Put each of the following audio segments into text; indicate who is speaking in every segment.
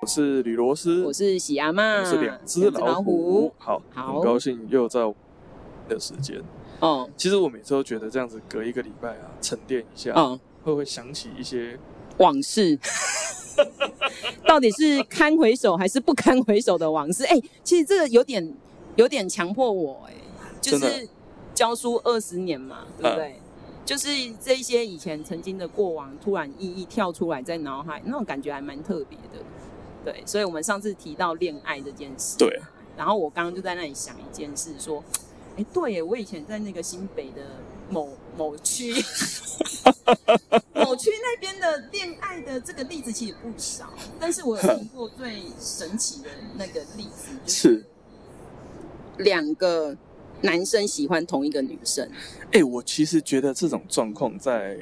Speaker 1: 我是吕罗斯，
Speaker 2: 我是喜阿妈，
Speaker 1: 我是两只
Speaker 2: 老
Speaker 1: 老虎。好，
Speaker 2: 好
Speaker 1: 很高兴又在我的时间。
Speaker 2: 哦
Speaker 1: 其实我每次都觉得这样子隔一个礼拜啊，沉淀一下，
Speaker 2: 哦，
Speaker 1: 会不会想起一些？
Speaker 2: 往事，到底是堪回首还是不堪回首的往事？哎、其实这个有点有点强迫我、哎，就
Speaker 1: 真的嗯
Speaker 2: 是教书二十年嘛，对不对？就是这些以前曾经的过往，突然一一跳出来在脑海，那种感觉还蛮特别的。对，所以我们上次提到恋爱这件事，
Speaker 1: 对，
Speaker 2: 然后我刚刚就在那里想一件事，说，哎，对耶，我以前在那个新北的某某区， 某区那边的恋爱的这个例子其实也不少，但是我有听过最神奇的那个例子，就是
Speaker 1: 是，
Speaker 2: 两个男生喜欢同一个女生，
Speaker 1: 哎、我其实觉得这种状况在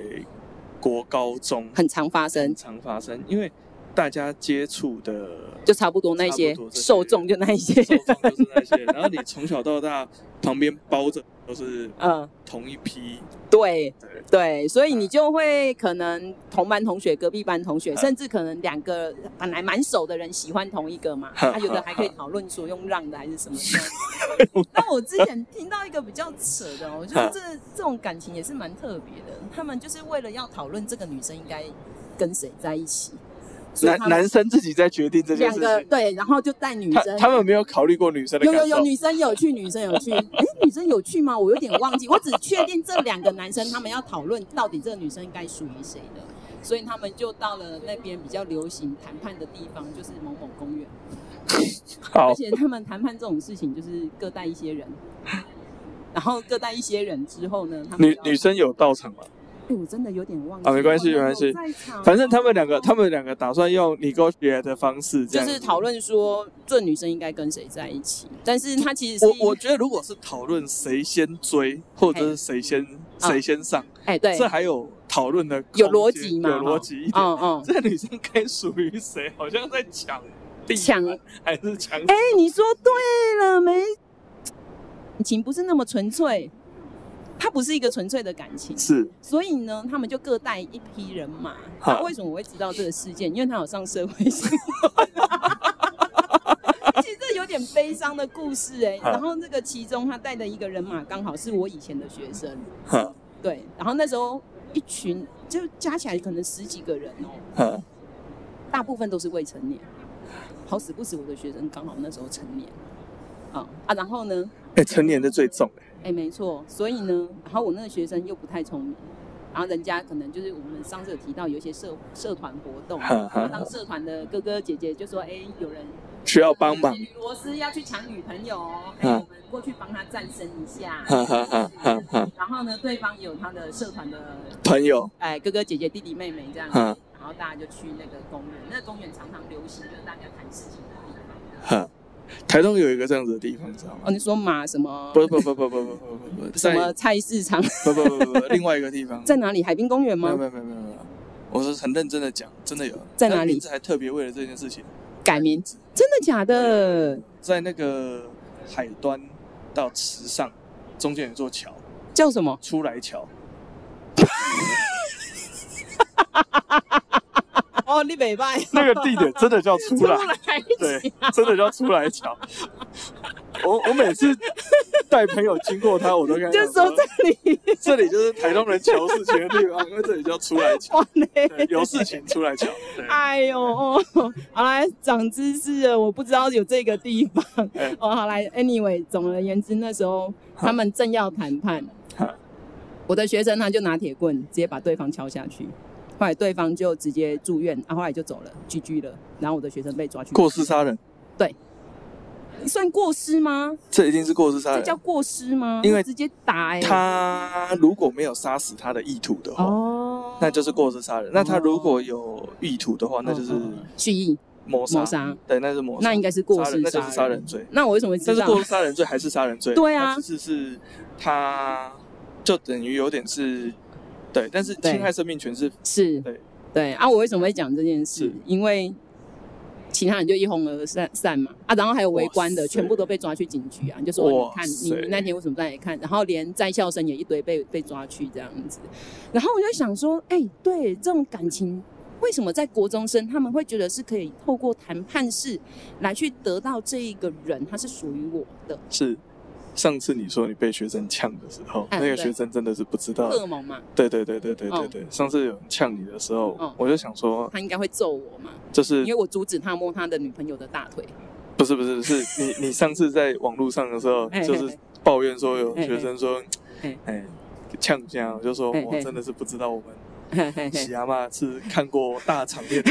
Speaker 1: 国高中
Speaker 2: 很常发生
Speaker 1: 很，常发生，因为大家接触的
Speaker 2: 就差不多那些
Speaker 1: 差不多这些
Speaker 2: 受众就那一些，
Speaker 1: 受众就是那些， 然后你从小到大旁边包着都是
Speaker 2: 嗯，
Speaker 1: 同一批，
Speaker 2: 对。
Speaker 1: 对，
Speaker 2: 对，所以你就会可能同班同学、隔壁班同学，
Speaker 1: 嗯
Speaker 2: 甚至可能两个本来蛮熟的人喜欢同一个嘛，
Speaker 1: 哈
Speaker 2: 他有的还
Speaker 1: 嗯
Speaker 2: 可以讨论说用让的还是什么 的。那我之前听到一个比较扯的哦，我觉得
Speaker 1: 哈
Speaker 2: 这这种感情也是蛮特别的。他们就是为了要讨论这个女生应该跟谁在一起，所以
Speaker 1: 男
Speaker 2: 他们
Speaker 1: 男生自己在决定这件
Speaker 2: 两
Speaker 1: 事
Speaker 2: 个
Speaker 1: 情，
Speaker 2: 对，然后就带女
Speaker 1: 他
Speaker 2: 生。
Speaker 1: 他们没有考虑过女生的
Speaker 2: 有
Speaker 1: 感受，
Speaker 2: 有有，女生有趣，女生有 趣。哎，女生有趣吗？我有点忘记，我只确定这两个男生他们要讨论到底这个女生该属于谁的，所以他们就到了那边比较流行谈判的地方，就是某某公园。
Speaker 1: 好
Speaker 2: 而，且他们谈判这种事情就是各带一 些人，然后各带一些人之后呢，他们
Speaker 1: 女女生有到场吗？
Speaker 2: 哎，我真的有点忘记
Speaker 1: 啊没关系
Speaker 2: 我
Speaker 1: 没关系
Speaker 2: 有在场啊
Speaker 1: 反正他们两个，他们两个打算用你 e 学的方式，这
Speaker 2: 就
Speaker 1: 样子
Speaker 2: 是讨。论说这女生应该跟谁在一起，但是他其实是
Speaker 1: 我我觉得，如果是讨论谁先追，或者是谁先
Speaker 2: 嗯
Speaker 1: 谁先上，
Speaker 2: 哎对，
Speaker 1: 这还有讨论的空间
Speaker 2: 有逻辑嘛
Speaker 1: 有逻辑一点。
Speaker 2: 嗯嗯。
Speaker 1: 这女生该属于谁？好像在抢地
Speaker 2: 抢
Speaker 1: 盘还是抢？
Speaker 2: 哎、你说对了，没感情不是那么纯粹，它不是一个纯粹的感情，
Speaker 1: 是
Speaker 2: 所以呢，他们就各带一批人马。
Speaker 1: 好
Speaker 2: 那为什么我会知道这个事件？因为他有上社会 新闻。其实这有点悲伤的故事哎、
Speaker 1: 好
Speaker 2: 然后那个其中他带的一个人马刚好是我以前的学生，
Speaker 1: 哈
Speaker 2: 对，然后那时候一群就加起来可能十几个人哦、
Speaker 1: 哈
Speaker 2: 大部分都是未成年。好死不死，我的学生刚好那时候成年，啊啊，然后呢，
Speaker 1: 哎，成年的最重哎
Speaker 2: 哎，没错，所以呢，然后我那个学生又不太聪明，然后人家可能就是我们上次有提到有一些社社团活动，
Speaker 1: 哈哈
Speaker 2: 然后当社团的哥哥姐姐就说，哎，有人
Speaker 1: 需要帮忙，
Speaker 2: 女螺丝要去抢女朋友哦，
Speaker 1: 嗯
Speaker 2: 哎，我们过去帮他战胜一下。
Speaker 1: 哈哈哈哈哈，
Speaker 2: 然后呢，对方也有他的社团的
Speaker 1: 朋友，
Speaker 2: 哎哥哥姐姐弟弟妹妹这样子，
Speaker 1: 哈
Speaker 2: 然后大家就去那个公园，那个公园常常流行就是大家谈事情的地方。
Speaker 1: 哈。台东有一个这样子的地方，你知道吗
Speaker 2: 哦，？你说马什么？
Speaker 1: 不不不不不不不不 不，
Speaker 2: 什
Speaker 1: 在
Speaker 2: 么菜市场
Speaker 1: 不不不 不不，另外一个地方，
Speaker 2: 在哪里？海滨公园
Speaker 1: 没有
Speaker 2: 吗
Speaker 1: 没？有没有没有没有，我是很认真的讲，真的有
Speaker 2: 在哪
Speaker 1: 他
Speaker 2: 里
Speaker 1: 名字还特别为了这件事情，
Speaker 2: 改名？真的假的？
Speaker 1: 在那个海端到池上中间有座桥，
Speaker 2: 叫什么？
Speaker 1: 出来桥，
Speaker 2: 哦，你北拜
Speaker 1: 那个地点真的叫出
Speaker 2: 出
Speaker 1: 来，
Speaker 2: 来。
Speaker 1: 对，真的叫出来桥。我我每次带朋友经过它，我都跟他
Speaker 2: 就
Speaker 1: 讲
Speaker 2: 说
Speaker 1: 说，
Speaker 2: 这里
Speaker 1: 这里就是台东人求事情的地方，因为这里叫出来桥，
Speaker 2: 哇嘞！
Speaker 1: 对有事情出来桥。 对
Speaker 2: 哎呦，哦，好来长知识了，我不知道有这个地方
Speaker 1: 哎。
Speaker 2: 哦，好来，anyway，总而言之，那时候他们正要谈判
Speaker 1: 哈，
Speaker 2: 我的学生他就拿铁棍直接把对方敲下去，后来对方就直接住院，啊，后来就走了，GG 了，然后我的学生被抓去
Speaker 1: 过失杀人，
Speaker 2: 算过失吗？
Speaker 1: 这一定是过失杀
Speaker 2: 这
Speaker 1: 人
Speaker 2: 叫。过失吗？
Speaker 1: 哎因为
Speaker 2: 他直接打哎、
Speaker 1: 他如果没有杀死他的意图的话，
Speaker 2: 哦，
Speaker 1: 那就是过失杀人。那他如果有意图的话，那就是
Speaker 2: 蓄意
Speaker 1: 谋杀。
Speaker 2: 哦谋杀，
Speaker 1: 对，那是谋杀。
Speaker 2: 那应该是过
Speaker 1: 杀
Speaker 2: 失
Speaker 1: 人，那就是杀人。罪。
Speaker 2: 那我为什么会知
Speaker 1: 但是
Speaker 2: 道？
Speaker 1: 过失杀人罪还是杀人罪。
Speaker 2: 对啊
Speaker 1: 它只是是他就等于有点是，对，但是
Speaker 2: 对
Speaker 1: 侵害生命权是
Speaker 2: 是，
Speaker 1: 对
Speaker 2: 对啊，我为什么会讲这件事
Speaker 1: 是？
Speaker 2: 因为其他人就一哄而散散嘛啊，然后还有围观
Speaker 1: 哇
Speaker 2: 的，
Speaker 1: 塞
Speaker 2: 全部都被抓去警局啊，就说你
Speaker 1: 哇
Speaker 2: 看
Speaker 1: 塞
Speaker 2: 你你那天为什么在那里看？然后连在校生也一堆被被抓去这样子，然后我就想说，哎、对这种感情为什么在国中生他们会觉得是可以透过谈判式来去得到这一个人他是属于我的
Speaker 1: 是上次你说你被学生呛的时候，
Speaker 2: 嗯
Speaker 1: 那个
Speaker 2: 对
Speaker 1: 学生真的是不知道
Speaker 2: 荷。尔蒙嘛？
Speaker 1: 对对对对对对
Speaker 2: 嗯
Speaker 1: 对，上次有人呛你的时候，
Speaker 2: 嗯
Speaker 1: 我就想说，
Speaker 2: 他应该会揍我嘛？
Speaker 1: 就是
Speaker 2: 因为我阻止他摸他的女朋友的大腿。
Speaker 1: 不是不是是你你上次在网络上的时候
Speaker 2: 哎，
Speaker 1: 就是抱怨说有学生说
Speaker 2: 哎，
Speaker 1: 哎，呛一下，我就说
Speaker 2: 哎
Speaker 1: 我
Speaker 2: 哎
Speaker 1: 真的是不知道我们
Speaker 2: 嘿嘿嘿
Speaker 1: 喜阿妈是看过大场面 的。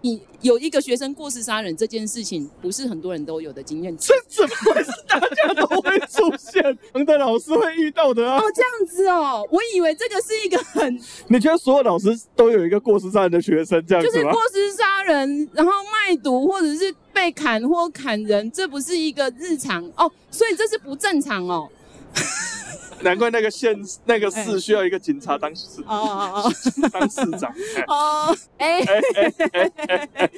Speaker 2: 你有一个学生过失杀人这件事情，不是很多人都有的经验。
Speaker 1: 这怎么会是大家都会出现？唐的老师会遇到的啊！
Speaker 2: 哦，这样子哦，我以为这个是一个很
Speaker 1: 你觉得所有老师都有一个过失杀人的学生这样
Speaker 2: 就是
Speaker 1: 子吗
Speaker 2: 过？失杀人，然后卖毒或者是被砍或砍人，这不是一个日常哦，所以这是不正常哦。
Speaker 1: 难怪那个 县那个市需要一个警察当市
Speaker 2: 哦哦
Speaker 1: 当市长。 哎
Speaker 2: 哦哦，哎，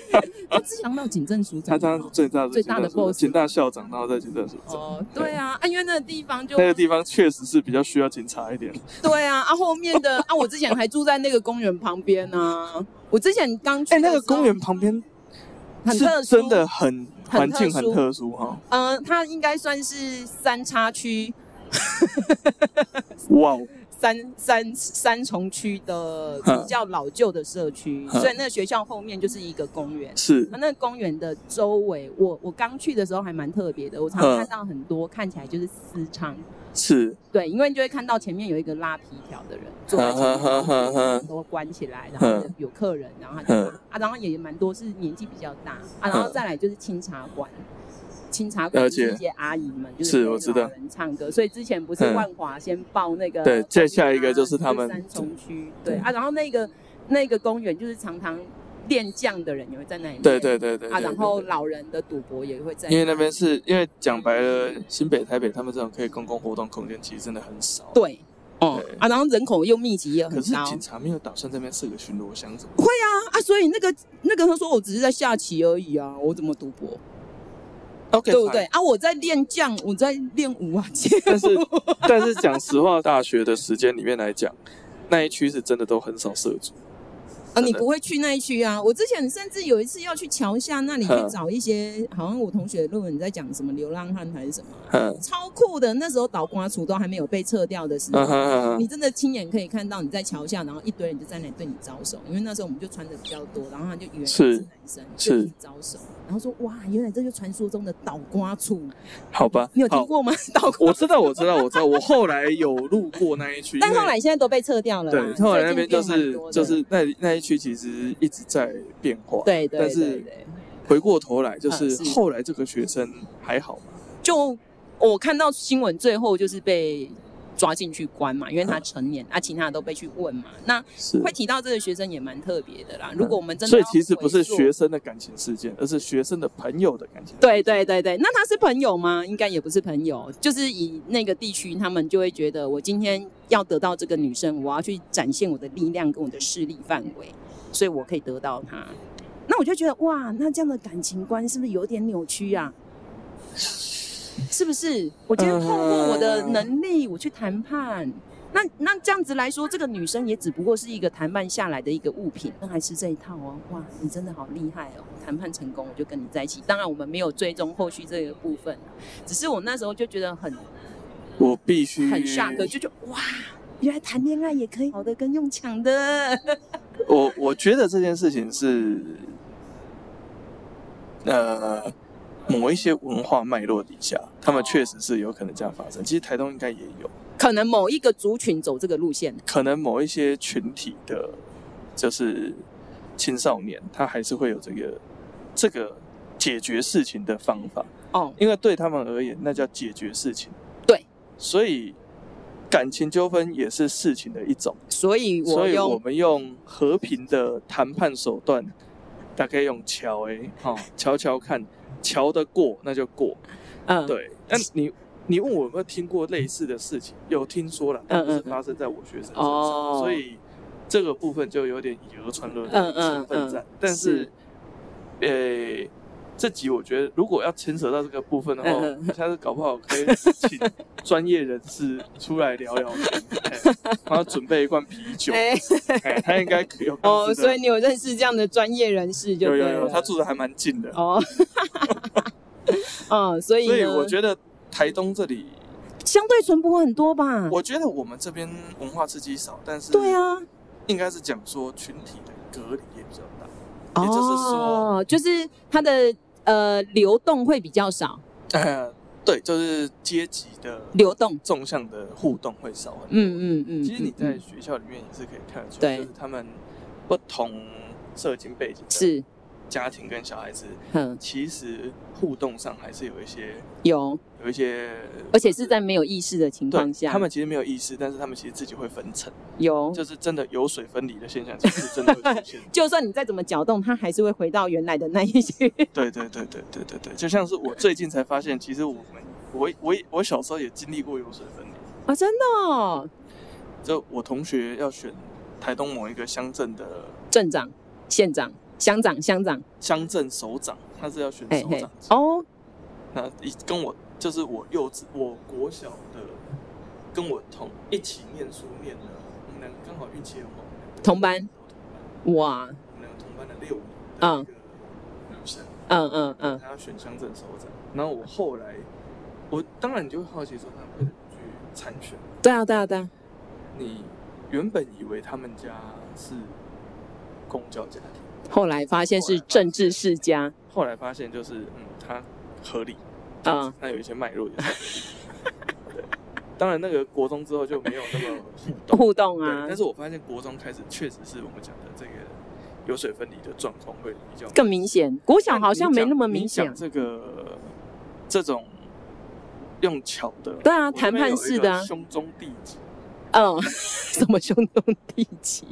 Speaker 2: 我只想到警政署
Speaker 1: 他
Speaker 2: 长。
Speaker 1: 当然是最大的
Speaker 2: 最大
Speaker 1: 警
Speaker 2: 的
Speaker 1: 政署
Speaker 2: boss
Speaker 1: 警大校长，然后再警政署长。
Speaker 2: 哦，对啊，啊，因为那个地方就
Speaker 1: 那个地方确实是比较需要警察一点。
Speaker 2: 对啊，啊，后面的啊，我之前还住在那个公园旁边啊，我之前刚去
Speaker 1: 哎、
Speaker 2: 的时候，
Speaker 1: 那个公园旁边
Speaker 2: 很特
Speaker 1: 是
Speaker 2: 殊，
Speaker 1: 真的，很
Speaker 2: 很
Speaker 1: 环境
Speaker 2: 特
Speaker 1: 很
Speaker 2: 殊
Speaker 1: 特殊哈。
Speaker 2: 呃，它应该算是三叉区、
Speaker 1: 哇哦，
Speaker 2: 三三三重区的
Speaker 1: 嗯
Speaker 2: 比较老旧的社区，
Speaker 1: 嗯
Speaker 2: 所以那个学校后面就是一个公园。
Speaker 1: 是
Speaker 2: 啊那个公园的周围，我我刚去的时候还蛮特别的，我常
Speaker 1: 嗯
Speaker 2: 看到很多看起来就是私娼，
Speaker 1: 是，
Speaker 2: 对，因为你就会看到前面有一个拉皮条的人坐在前面，然后有门都关起来，然后有客人，然后他就
Speaker 1: 嗯
Speaker 2: 啊，然后也蛮多是年纪比较大啊，然后再来就是清茶馆。清茶馆
Speaker 1: 了
Speaker 2: 就是一
Speaker 1: 解
Speaker 2: 些阿姨们，就是陪
Speaker 1: 我知道
Speaker 2: 老人唱歌，所以之前不是
Speaker 1: 嗯
Speaker 2: 万华先报那个
Speaker 1: 对再
Speaker 2: 啊
Speaker 1: 下一个就是他们
Speaker 2: 三重区，对
Speaker 1: 对
Speaker 2: 啊，然后那个那个公园就是常常练将的人也会在那里练，
Speaker 1: 对对对对对
Speaker 2: 啊，然
Speaker 1: 对
Speaker 2: 后
Speaker 1: 对
Speaker 2: 老人的赌博也会在，
Speaker 1: 因为那边是因为讲白了，新北、台北他们这种可以公共活动空间其实真的很少。，
Speaker 2: 对哦
Speaker 1: 对
Speaker 2: 啊，然后人口又密集也很
Speaker 1: 可是
Speaker 2: 高，
Speaker 1: 警察没有打算这边设个巡逻箱什么的。
Speaker 2: 会啊啊，所以那个那个他说哦我只是在下棋而已啊，我怎么赌博
Speaker 1: OK，
Speaker 2: 对不对？啊？我在练将，我在练武 啊，切
Speaker 1: 但是 但是讲实话，大学的时间里面来讲，那一区是真的都很少涉足。
Speaker 2: 啊，你
Speaker 1: 真的
Speaker 2: 不会去那一区啊？我之前甚至有一次要去桥下那里去
Speaker 1: 嗯
Speaker 2: 找一些，好像我同学的论文在讲什么流浪汉还是什么，啊
Speaker 1: 嗯
Speaker 2: 超酷的。那时候倒瓜厨都还没有被撤掉的时候。
Speaker 1: 嗯哼
Speaker 2: 你
Speaker 1: 哼，
Speaker 2: 真的亲眼可以看到你在桥下，然后一堆人就在那里对你招手，因为那时候我们就穿的比较多，然后他就以为你
Speaker 1: 是
Speaker 2: 是男生，
Speaker 1: 是
Speaker 2: 就一直招手，然后说哇，原来这就是传说中的倒瓜处，
Speaker 1: 好吧，
Speaker 2: 你有听
Speaker 1: 好？
Speaker 2: 过吗？ 倒瓜
Speaker 1: 我知道，我知道，我知道。我后来有路过那一区，
Speaker 2: 但
Speaker 1: 因为
Speaker 2: 后来现在都被撤掉了啦。
Speaker 1: 对，后来那边就
Speaker 2: 啊最近
Speaker 1: 是
Speaker 2: 变蛮多的
Speaker 1: 就是那那一区其实一直在变化。，
Speaker 2: 对对
Speaker 1: 但
Speaker 2: 对
Speaker 1: 是
Speaker 2: 对对，
Speaker 1: 回过头来就
Speaker 2: 嗯
Speaker 1: 是
Speaker 2: 是
Speaker 1: 后来这个学生还好吗？
Speaker 2: 就我看到新闻最后就是被抓进去关嘛，因为他成年，啊，其他的都被去问嘛。那
Speaker 1: 是
Speaker 2: 会提到这个学生也蛮特别的啦。如果我们真的
Speaker 1: 所以
Speaker 2: 要
Speaker 1: 其实不是
Speaker 2: 回溯
Speaker 1: 学，生的感情事件，而是学生的朋友的感情。，
Speaker 2: 对对对对，那他是朋友吗？应该也不是朋友，就是以那个地区，他们就会觉得我今天要得到这个女生，我要去展现我的力量跟我的势力范围，所以我可以得到她。那我就觉得哇，那这样的感情观是不是有点扭曲啊？是不是？我今天透过我的能力，我去谈判。那那这样子来说，这个女生也只不过是一个谈判下来的一个物品，那还吃这一套哦！哇，你真的好厉害哦！谈判成功，我就跟你在一起。当然，我们没有追踪后续这个部分，啊只是我那时候就觉得很
Speaker 1: 我必须
Speaker 2: 很 shock，就觉得哇，原来谈恋爱也可以好的跟用抢的。
Speaker 1: 我我觉得这件事情是，呃，某一些文化脉络底下，他
Speaker 2: 哦
Speaker 1: 们确实是有可能这样发生。其实台东应该也有，
Speaker 2: 可能某一个族群走这个路线，
Speaker 1: 可能某一些群体的，就是青少年，他还是会有这个这个解决事情的方法。
Speaker 2: 哦，
Speaker 1: 因为对他们而言，那叫解决事情。
Speaker 2: 对，
Speaker 1: 所以感情纠纷也是事情的一种，
Speaker 2: 所以我
Speaker 1: 所以
Speaker 2: 用
Speaker 1: 我们用和平的谈判手段，大概用哎瞧诶，哈、瞧瞧看，瞧得过那就过。
Speaker 2: 嗯
Speaker 1: 对，那你你问我有没有听过类似的事情？有听说了，但不是发生在我学生身上，
Speaker 2: 嗯哦
Speaker 1: 所以这个部分就有点以讹传讹
Speaker 2: 嗯
Speaker 1: 的
Speaker 2: 嗯
Speaker 1: 成分在。
Speaker 2: 嗯
Speaker 1: 但是
Speaker 2: 是，
Speaker 1: 呃，这集我觉得如果要牵扯到这个部分的话，
Speaker 3: 嗯嗯
Speaker 1: 我下次搞不好可以 请专业人士出来聊聊天，哎帮他准备一罐啤酒，
Speaker 2: 哎、
Speaker 1: 哎，他应该可 以有
Speaker 2: 哦，
Speaker 1: 公司的
Speaker 2: 所以你有认识这样的专业人士就
Speaker 1: 有
Speaker 2: 对
Speaker 1: 有
Speaker 2: 了。
Speaker 1: 有，他住的还蛮近的，
Speaker 2: 哦， 嗯，所以
Speaker 1: 所以
Speaker 2: 呢
Speaker 1: 我觉得台东这里，
Speaker 2: 相对淳朴很多吧。
Speaker 1: 我觉得我们这边文化刺激少，但是
Speaker 2: 嗯对，啊，
Speaker 1: 应该是讲说群体的隔离也比较大。也就是说
Speaker 2: 哦，就是它的呃流动会比较少，
Speaker 1: 呃，对，就是阶级的
Speaker 2: 流动，
Speaker 1: 纵向的互动会少很多。
Speaker 2: 嗯嗯嗯。
Speaker 1: 其实你
Speaker 2: 嗯
Speaker 1: 在
Speaker 2: 嗯
Speaker 1: 学校里面也是可以看得出来，
Speaker 2: 对
Speaker 1: 就是他们不同社经背景的
Speaker 2: 是，
Speaker 1: 家庭跟小孩子，
Speaker 2: 嗯，
Speaker 1: 其实互动上还是有一些
Speaker 2: 有，
Speaker 1: 有一些，
Speaker 2: 而且是在没有意识的情况
Speaker 1: 对，
Speaker 2: 下，
Speaker 1: 他们其实没有意识，但是他们其实自己会分层，
Speaker 2: 有，
Speaker 1: 就是真的有水分离的现象，其实真的会出现。
Speaker 2: 就算你再怎么搅动，它还是会回到原来的那一区。
Speaker 1: 对对对对对对对，就像是我最近才发现，其实我们我我我小时候也经历过有水分离。
Speaker 2: 啊，真的、哦，
Speaker 1: 就我同学要选台东某一个乡镇的
Speaker 2: 镇长、县长、乡长、乡长，
Speaker 1: 乡镇首长，他是要选
Speaker 2: 嘿
Speaker 1: 首
Speaker 2: 嘿
Speaker 1: 长制，
Speaker 2: 哦，
Speaker 1: 那一跟我就是我幼稚，我国小的跟我同一起念书念的，我们两个刚好运气很好，
Speaker 2: 同班，哇，
Speaker 1: 我们两个同班的六年的
Speaker 2: 嗯
Speaker 1: 一个女生，
Speaker 2: 嗯嗯嗯，
Speaker 1: 她要选乡镇首长，然后我后来我当然你就会好奇说她为什么去参选，
Speaker 2: 对啊对啊对啊，
Speaker 1: 你原本以为他们家是公教家庭。
Speaker 2: 后来发现是政治世家，
Speaker 1: 后来发现就是，嗯，它合理，
Speaker 2: 嗯，
Speaker 1: 它有一些脉络也是合理。对，当然那个国中之后就没有那么互动，
Speaker 2: 互动
Speaker 1: 对。
Speaker 2: 啊
Speaker 1: 但，是我发现国中开始确实是我们讲的这个油水分离的状况会比较
Speaker 2: 更明显。国小
Speaker 1: 但
Speaker 2: 好像
Speaker 1: 你
Speaker 2: 没
Speaker 1: 讲
Speaker 2: 那么明
Speaker 1: 你
Speaker 2: 显
Speaker 1: 讲，这个这种用巧的，
Speaker 2: 对啊
Speaker 1: 我这边
Speaker 2: 谈判
Speaker 1: 有一
Speaker 2: 式
Speaker 1: 个
Speaker 2: 的啊
Speaker 1: 兄中弟及，
Speaker 2: 嗯， 什么兄弟弟媳，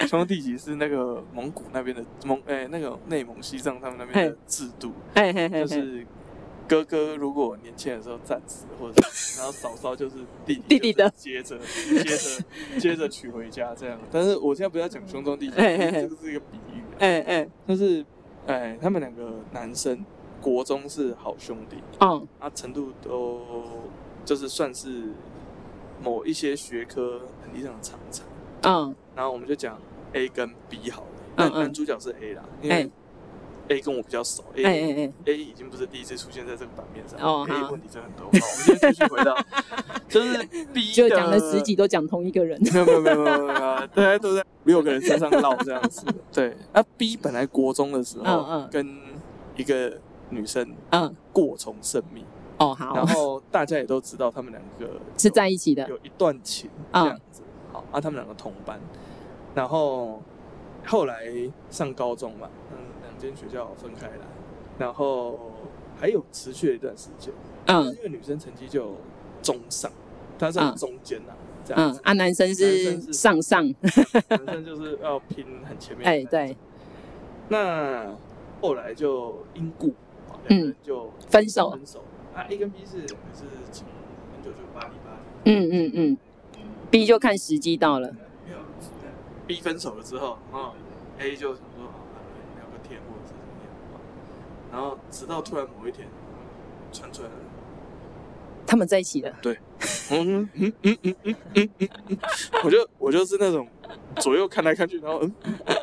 Speaker 1: 兄中弟及是那个蒙古那边的蒙，哎、那个内蒙西藏他们那边的
Speaker 2: 嘿
Speaker 1: 制度。
Speaker 2: 嘿嘿嘿
Speaker 1: 就
Speaker 2: 嘿，
Speaker 1: 是哥哥如果年轻的时候战死，或者是然后嫂嫂就是弟弟
Speaker 2: 弟弟的
Speaker 1: 接着接 着接着娶回家这样。但是我现在不要讲兄中弟媳，
Speaker 2: 哎哎哎
Speaker 1: 这个是一个比喻、啊，
Speaker 2: 哎哎，
Speaker 1: 就是哎，他们两个男生国中是好兄弟，
Speaker 2: 哦，
Speaker 1: 啊，程度都就是算是某一些学科很理想的常才。
Speaker 2: 嗯，
Speaker 1: 然后我们就讲 A 跟 B 好了，那
Speaker 2: 嗯嗯
Speaker 1: 男主角是 A 啦，因
Speaker 2: 哎
Speaker 1: 为 A 跟我比较熟，A
Speaker 2: 哎哎哎，
Speaker 1: A 已经不是第一次出现在这个版面上
Speaker 2: 哦
Speaker 1: ，A
Speaker 2: 好
Speaker 1: 问题真的很多。好，我们现在继续回到，就是 B
Speaker 2: 就
Speaker 1: 的
Speaker 2: 讲了十几，都讲同一个人，
Speaker 1: 没有没有没有没有没有，大家都在六个人身上绕这样子。对，那 B 本来国中的时
Speaker 2: 嗯
Speaker 1: 候
Speaker 2: 嗯
Speaker 1: 跟一个女生
Speaker 2: 嗯，
Speaker 1: 过从甚密，
Speaker 2: 哦
Speaker 1: 然
Speaker 2: 好，
Speaker 1: 后大家也都知道他们两个
Speaker 2: 是在一起的，
Speaker 1: 有一段情这
Speaker 2: 嗯
Speaker 1: 样子。好，啊，他们两个同班，然后后来上高中嘛，嗯，两间学校分开来，然后还有持续了一段时间。
Speaker 2: 嗯
Speaker 1: 因为女生成绩就中上，她在
Speaker 2: 嗯
Speaker 1: 中间呐、这样
Speaker 2: 嗯
Speaker 1: 子，。
Speaker 2: 啊，男生
Speaker 1: 男
Speaker 2: 是
Speaker 1: 生是
Speaker 2: 上上，
Speaker 1: 男生就是要拼很前面。
Speaker 2: 哎对。
Speaker 1: 那后来就因故，
Speaker 2: 嗯
Speaker 1: 两个人就
Speaker 2: 分手
Speaker 1: 分手。啊，A 跟 B 是两个是从很久就巴黎巴黎
Speaker 2: 嗯嗯嗯，B 就看时机到了，
Speaker 1: 没有，B 分手了之后，然后 A 就想说好吧，聊个天或者是怎么样，然后直到突然某一天传出来了，
Speaker 2: 他们在一起了，
Speaker 1: 嗯嗯嗯嗯嗯嗯嗯嗯嗯， 我就我就是那种左右看来看去，然后嗯，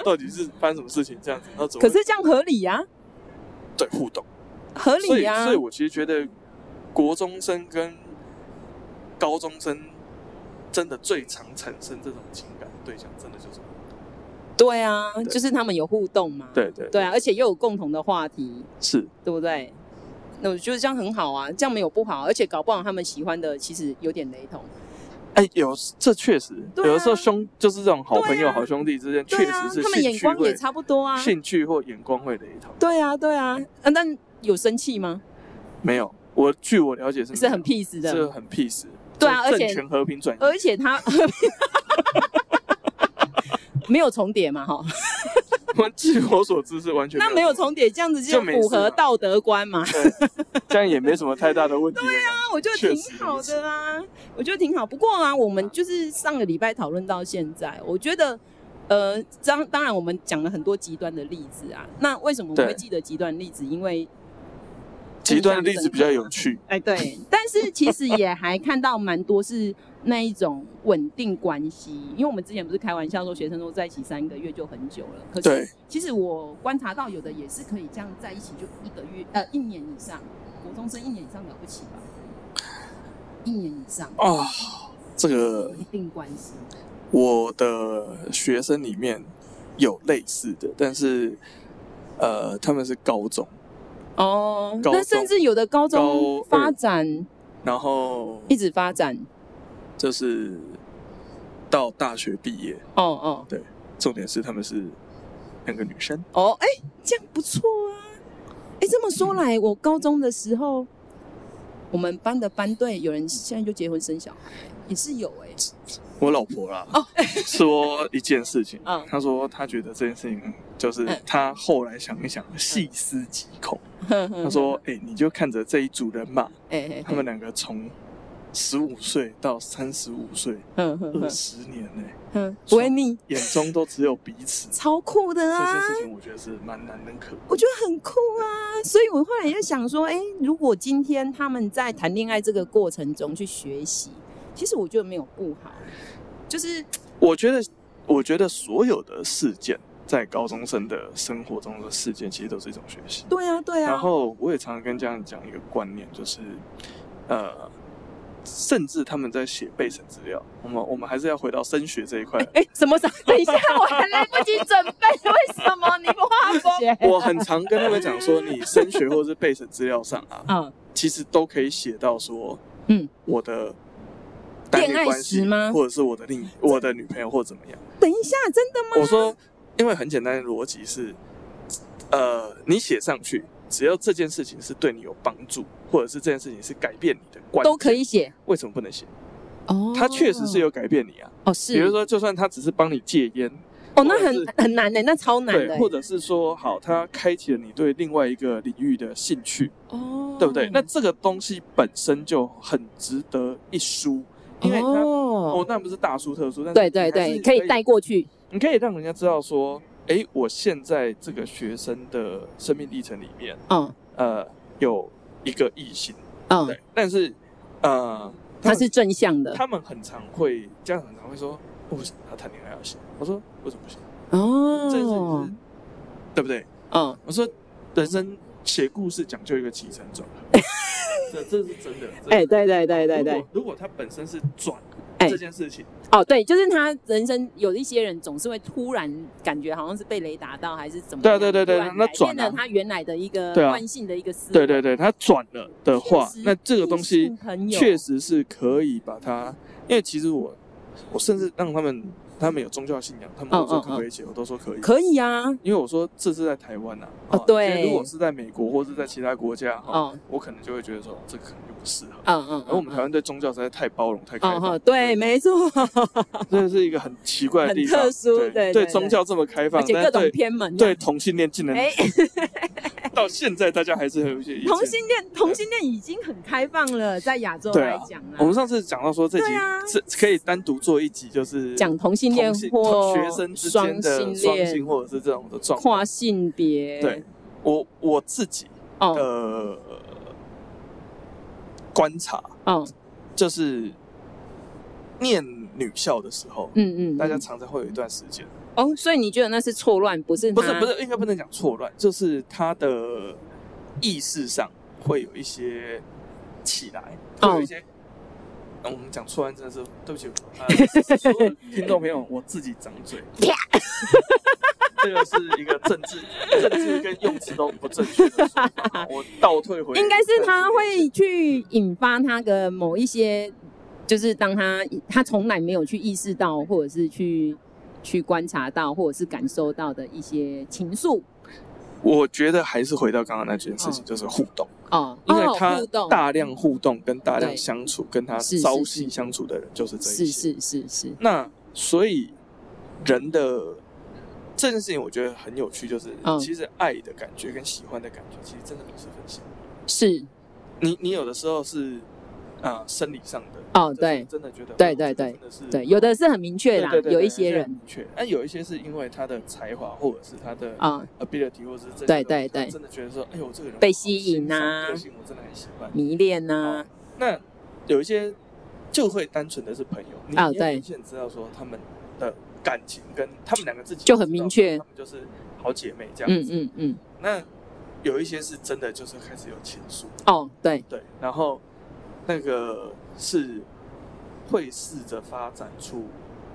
Speaker 1: 到底是发生什么事情这样子，然后怎么
Speaker 2: 可
Speaker 1: 会
Speaker 2: 是这样合理呀、
Speaker 1: 对互动，
Speaker 2: 合
Speaker 1: 所
Speaker 2: 理啊
Speaker 1: 以
Speaker 2: 呀、
Speaker 1: 所以我其实觉得国中生跟高中生真的最常产生这种情感的对象，真的就是互动
Speaker 2: 对啊，
Speaker 1: 对
Speaker 2: 就是他们有互动嘛，
Speaker 1: 对对
Speaker 2: 对啊，而且又有共同的话题，
Speaker 1: 是
Speaker 2: 对不对？那我觉得这样很好啊，这样没有不好，而且搞不好他们喜欢的其实有点雷同，
Speaker 1: 哎，有这确实、
Speaker 2: 对啊
Speaker 1: 有的时候兄就是这种好朋友、
Speaker 2: 对啊
Speaker 1: 好兄弟之间，确
Speaker 2: 对
Speaker 1: 实
Speaker 2: 啊，
Speaker 1: 是
Speaker 2: 他们
Speaker 1: 兴
Speaker 2: 眼
Speaker 1: 趣
Speaker 2: 光
Speaker 1: 会、
Speaker 2: 也差不多啊，
Speaker 1: 兴趣或眼光会雷同。
Speaker 2: 对啊，对啊，啊，但有生气吗？
Speaker 1: 没有，我据我了解是没有
Speaker 2: 是很 peace
Speaker 1: 是
Speaker 2: 的，
Speaker 1: 很 peace，
Speaker 2: 对啊
Speaker 1: 就
Speaker 2: 而且
Speaker 1: 政权和平转移。
Speaker 2: 而且他 没有重叠嘛，哈，
Speaker 1: 我据我所知是完全
Speaker 2: 那没有重叠，这样子
Speaker 1: 就
Speaker 2: 就
Speaker 1: 没
Speaker 2: 符
Speaker 1: 事嘛
Speaker 2: 合道德观嘛，
Speaker 1: 对这样也没什么太大的问题。对啊，
Speaker 2: 那我觉得挺好的啊啦、我觉得挺好。不过啊，我们就是上个礼拜讨论到现在，我觉得呃，当当然我们讲了很多极端的例子啊，那为什么我
Speaker 1: 对
Speaker 2: 会记得极端例子？因为
Speaker 1: 极端的例子比较有趣。
Speaker 2: 哎，对， 但是其实也还看到蛮多是那一种稳定关系，因为我们之前不是开玩笑说学生都在一起三个月就很久了，可
Speaker 1: 对
Speaker 2: 是其实我观察到有的也是可以这样在一起就一个月呃一年以上，国中生一年以上了不起吧？一年以上
Speaker 1: 啊，这个
Speaker 2: 稳定关系，
Speaker 1: 我的学生里面有类似的，但是呃，他们是高中，
Speaker 2: 哦，
Speaker 1: 高
Speaker 2: 那甚至有的高中
Speaker 1: 高二
Speaker 2: 发展
Speaker 1: 然后
Speaker 2: 一直发展，
Speaker 1: 就是到大学毕业。
Speaker 2: 哦哦
Speaker 1: 重点是他们是两个女生，
Speaker 2: 哦，哎、这样不错啊！哎、这么说来，我高中的时候，我们班的班队有人现在就结婚生小孩，也是有哎、
Speaker 1: 我老婆啦，
Speaker 2: 哦
Speaker 1: 说一件事情，
Speaker 2: 嗯
Speaker 1: 她说她觉得这件事情就是
Speaker 2: 嗯
Speaker 1: 她后来想一想，细思极恐。
Speaker 2: 他
Speaker 1: 她说：“哎、你就看着这一组人嘛，：“
Speaker 2: 哎、 嘿
Speaker 1: 他们两个从十五岁到三十五岁，
Speaker 2: 哼哼
Speaker 1: 二
Speaker 2: 哼
Speaker 1: 十年呢、嗯
Speaker 2: 哼，不会腻，。
Speaker 1: 眼中都只有彼此
Speaker 2: 超酷的
Speaker 1: 这
Speaker 2: 啊
Speaker 1: 件！事情我觉得是蛮难能可贵。
Speaker 2: 我觉得很酷啊！所以我后来就想说，哎、如果今天他们在谈恋爱这个过程中去学习，其实我觉得没有不好，就是
Speaker 1: 我觉得，我觉得所有的事件在高中生的生活中的事件，其实都是一种学习。
Speaker 2: 对啊，对啊。
Speaker 1: 然后我也常常跟家长讲一个观念，就是，呃，甚至他们在写备审资料，我们我们还是要回到升学这一 块。
Speaker 2: 哎、什 么啥？等一下，我还来不及准备。为什么你不画风？
Speaker 1: 我很常跟他们讲说，你升学或是备审资料上 啊，
Speaker 2: 嗯，
Speaker 1: 其实都可以写到说，
Speaker 2: 嗯，
Speaker 1: 我的单
Speaker 2: 恋
Speaker 1: 恋
Speaker 2: 爱
Speaker 1: 关系
Speaker 2: 史吗
Speaker 1: 或者是我的另一我的女朋友或怎么样？
Speaker 2: 等一下，真的吗？
Speaker 1: 我说，因为很简单的逻辑是，呃，你写上去，只要这件事情是对你有帮助，或者是这件事情是改变你的观，
Speaker 2: 都可以写
Speaker 1: 为什么不能写？
Speaker 2: 哦
Speaker 1: 它确实是有改变你啊。
Speaker 2: 哦，是，
Speaker 1: 比如说，就算他只是帮你戒烟，
Speaker 2: 哦，那
Speaker 1: 或
Speaker 2: 很
Speaker 1: 者
Speaker 2: 很难的、那超难的、欸
Speaker 1: 对，或者是说，好，他开启了你对另外一个领域的兴趣，
Speaker 2: 哦，
Speaker 1: 对不对？那这个东西本身就很值得一书，因为它
Speaker 2: 哦，
Speaker 1: 哦，那不是大书特书，但是
Speaker 2: 对对
Speaker 1: 你还是
Speaker 2: 对，可以带，过去，
Speaker 1: 你可以让人家知道说，诶，我现在这个学生的生命历程里面，
Speaker 2: 嗯
Speaker 1: 呃，有一个异性，
Speaker 2: 嗯
Speaker 1: 对，，但是呃，
Speaker 2: 它是正向的
Speaker 1: 他们很常会，家长很常会说，哦我不行，他谈恋爱要写，我说为什么不行？这件事情
Speaker 2: 哦
Speaker 1: 是，对不对？
Speaker 2: 嗯，
Speaker 1: 我说人生写故事讲究一个起承转 合，这这是真的，
Speaker 2: 哎、
Speaker 1: 真的。
Speaker 2: 对对对对
Speaker 1: 如
Speaker 2: 对
Speaker 1: 果，如果他本身是转
Speaker 2: 哎
Speaker 1: 这件事情，
Speaker 2: 哦，对，就是他人生有一些人总是会突然感觉好像是被雷打到，还是怎么
Speaker 1: 对啊
Speaker 2: 样
Speaker 1: 对对对
Speaker 2: 突然
Speaker 1: 那
Speaker 2: 改
Speaker 1: 转
Speaker 2: 变
Speaker 1: 啊
Speaker 2: 了他原来的一个
Speaker 1: 对啊
Speaker 2: 惯性的一个思维，
Speaker 1: 对对对，他转了的话
Speaker 2: 确实，
Speaker 1: 那这个东
Speaker 2: 异
Speaker 1: 西
Speaker 2: 性朋友
Speaker 1: 确实是可以把它，因为其实我我甚至让他们，他们有宗教信仰，他们都
Speaker 2: 嗯
Speaker 1: 说
Speaker 2: 嗯
Speaker 1: 可不可以写，我都说可以，
Speaker 2: 可以啊，
Speaker 1: 因为我说这是在台湾呐、
Speaker 2: 哦
Speaker 1: 啊
Speaker 2: 对
Speaker 1: 今天如果是在美国或是在其他国家，哈、
Speaker 2: 哦
Speaker 1: 我可能就会觉得说这个可能就不适合。
Speaker 2: 嗯嗯，
Speaker 1: 而我们台湾对宗教实在太包容、太开
Speaker 2: 嗯
Speaker 1: 放，
Speaker 2: 哼，对，没错，
Speaker 1: 这是一个很奇怪的地方，
Speaker 2: 很特殊对
Speaker 1: 对
Speaker 2: 对对
Speaker 1: 宗教这么开
Speaker 2: 而
Speaker 1: 放，
Speaker 2: 且
Speaker 1: 但
Speaker 2: 各
Speaker 1: 是
Speaker 2: 种
Speaker 1: 啊对
Speaker 2: 偏门，啊
Speaker 1: 对，同性恋竟然
Speaker 2: 哎，
Speaker 1: 到现在大家还是有一些意见
Speaker 2: 同性恋同性恋已经很开放了，在亚洲
Speaker 1: 对
Speaker 2: 来
Speaker 1: 啊
Speaker 2: 讲
Speaker 1: 我
Speaker 2: 啊
Speaker 1: 们，上次讲到说这集
Speaker 2: 对啊
Speaker 1: 这可以单独做一集，就是
Speaker 2: 讲同性恋
Speaker 1: 同性
Speaker 2: 或
Speaker 1: 学生之间
Speaker 2: 双
Speaker 1: 的
Speaker 2: 性
Speaker 1: 双
Speaker 2: 恋
Speaker 1: 性、或者是这种的状况。
Speaker 2: 跨性别，
Speaker 1: 对，呃我我自己的、
Speaker 2: 哦
Speaker 1: 观察，
Speaker 2: 哦，
Speaker 1: 就是念女校的时候，
Speaker 2: 嗯嗯，
Speaker 1: 大家
Speaker 2: 嗯
Speaker 1: 常常会有一段时间，
Speaker 2: 哦，所以你觉得那是错乱，不是
Speaker 1: 不是
Speaker 2: 他
Speaker 1: 不，是，应该不能讲错乱，就是他的意识上会有一些起来，会
Speaker 2: 嗯
Speaker 1: 有一些。啊我们讲错乱真的是对不起，呃所 有的听众朋友，我自己掌嘴。这个是一个政治、政治跟用词都不正确的说法，我倒退回。
Speaker 2: 应该是他会去引发他的某一些，就是当他他从来没有去意识到，或者是去去观察到，或者是感受到的一些情愫
Speaker 1: 我觉得还是回到刚刚那件事情，就是互动，
Speaker 2: 嗯哦，
Speaker 1: 因为
Speaker 2: 哦
Speaker 1: 他
Speaker 2: 互动
Speaker 1: 大量互动跟大量
Speaker 2: 对
Speaker 1: 相处，跟他
Speaker 2: 是是
Speaker 1: 朝
Speaker 2: 是
Speaker 1: 夕相处的人就是这一些。
Speaker 2: 是是是是，
Speaker 1: 那所以人的这件事情，我觉得很有趣，就是、
Speaker 2: 嗯
Speaker 1: 其实爱的感觉跟喜欢的感觉，其实真的不是分享。
Speaker 2: 是
Speaker 1: 你你有的时候是啊、生理上的
Speaker 2: 哦
Speaker 1: 就是
Speaker 2: 对
Speaker 1: 真的觉得
Speaker 2: 对
Speaker 1: 哦
Speaker 2: 对
Speaker 1: 这个
Speaker 2: 对
Speaker 1: 真的是
Speaker 2: 对，有的是很明确
Speaker 1: 对
Speaker 2: 啦
Speaker 1: 对，对
Speaker 2: 有
Speaker 1: 对
Speaker 2: 一些
Speaker 1: 是很
Speaker 2: 人
Speaker 1: 明确，但有一些是因为他的才华或者是他的
Speaker 2: 啊
Speaker 1: ability，或者是这
Speaker 2: 对
Speaker 1: 个
Speaker 2: 对
Speaker 1: 他
Speaker 2: 对
Speaker 1: 真的觉得说，哎呦，这个人
Speaker 2: 被
Speaker 1: 我
Speaker 2: 吸
Speaker 1: 欣
Speaker 2: 引
Speaker 1: 赏
Speaker 2: 啊
Speaker 1: 个性我真的很喜欢。
Speaker 2: 迷恋啊呐、
Speaker 1: 哦那有一些就会单纯的是朋友，你
Speaker 2: 啊
Speaker 1: 你也
Speaker 2: 对
Speaker 1: 明显知道说他们的感情跟他们两个自己
Speaker 2: 就
Speaker 1: 也
Speaker 2: 很
Speaker 1: 知
Speaker 2: 明
Speaker 1: 道说
Speaker 2: 确
Speaker 1: 他们就是好姐妹这样
Speaker 2: 嗯
Speaker 1: 子。
Speaker 2: 嗯嗯，
Speaker 1: 那有一些是真的就是开始有情愫，
Speaker 2: 哦对，
Speaker 1: 对，然后那个是会试着发展出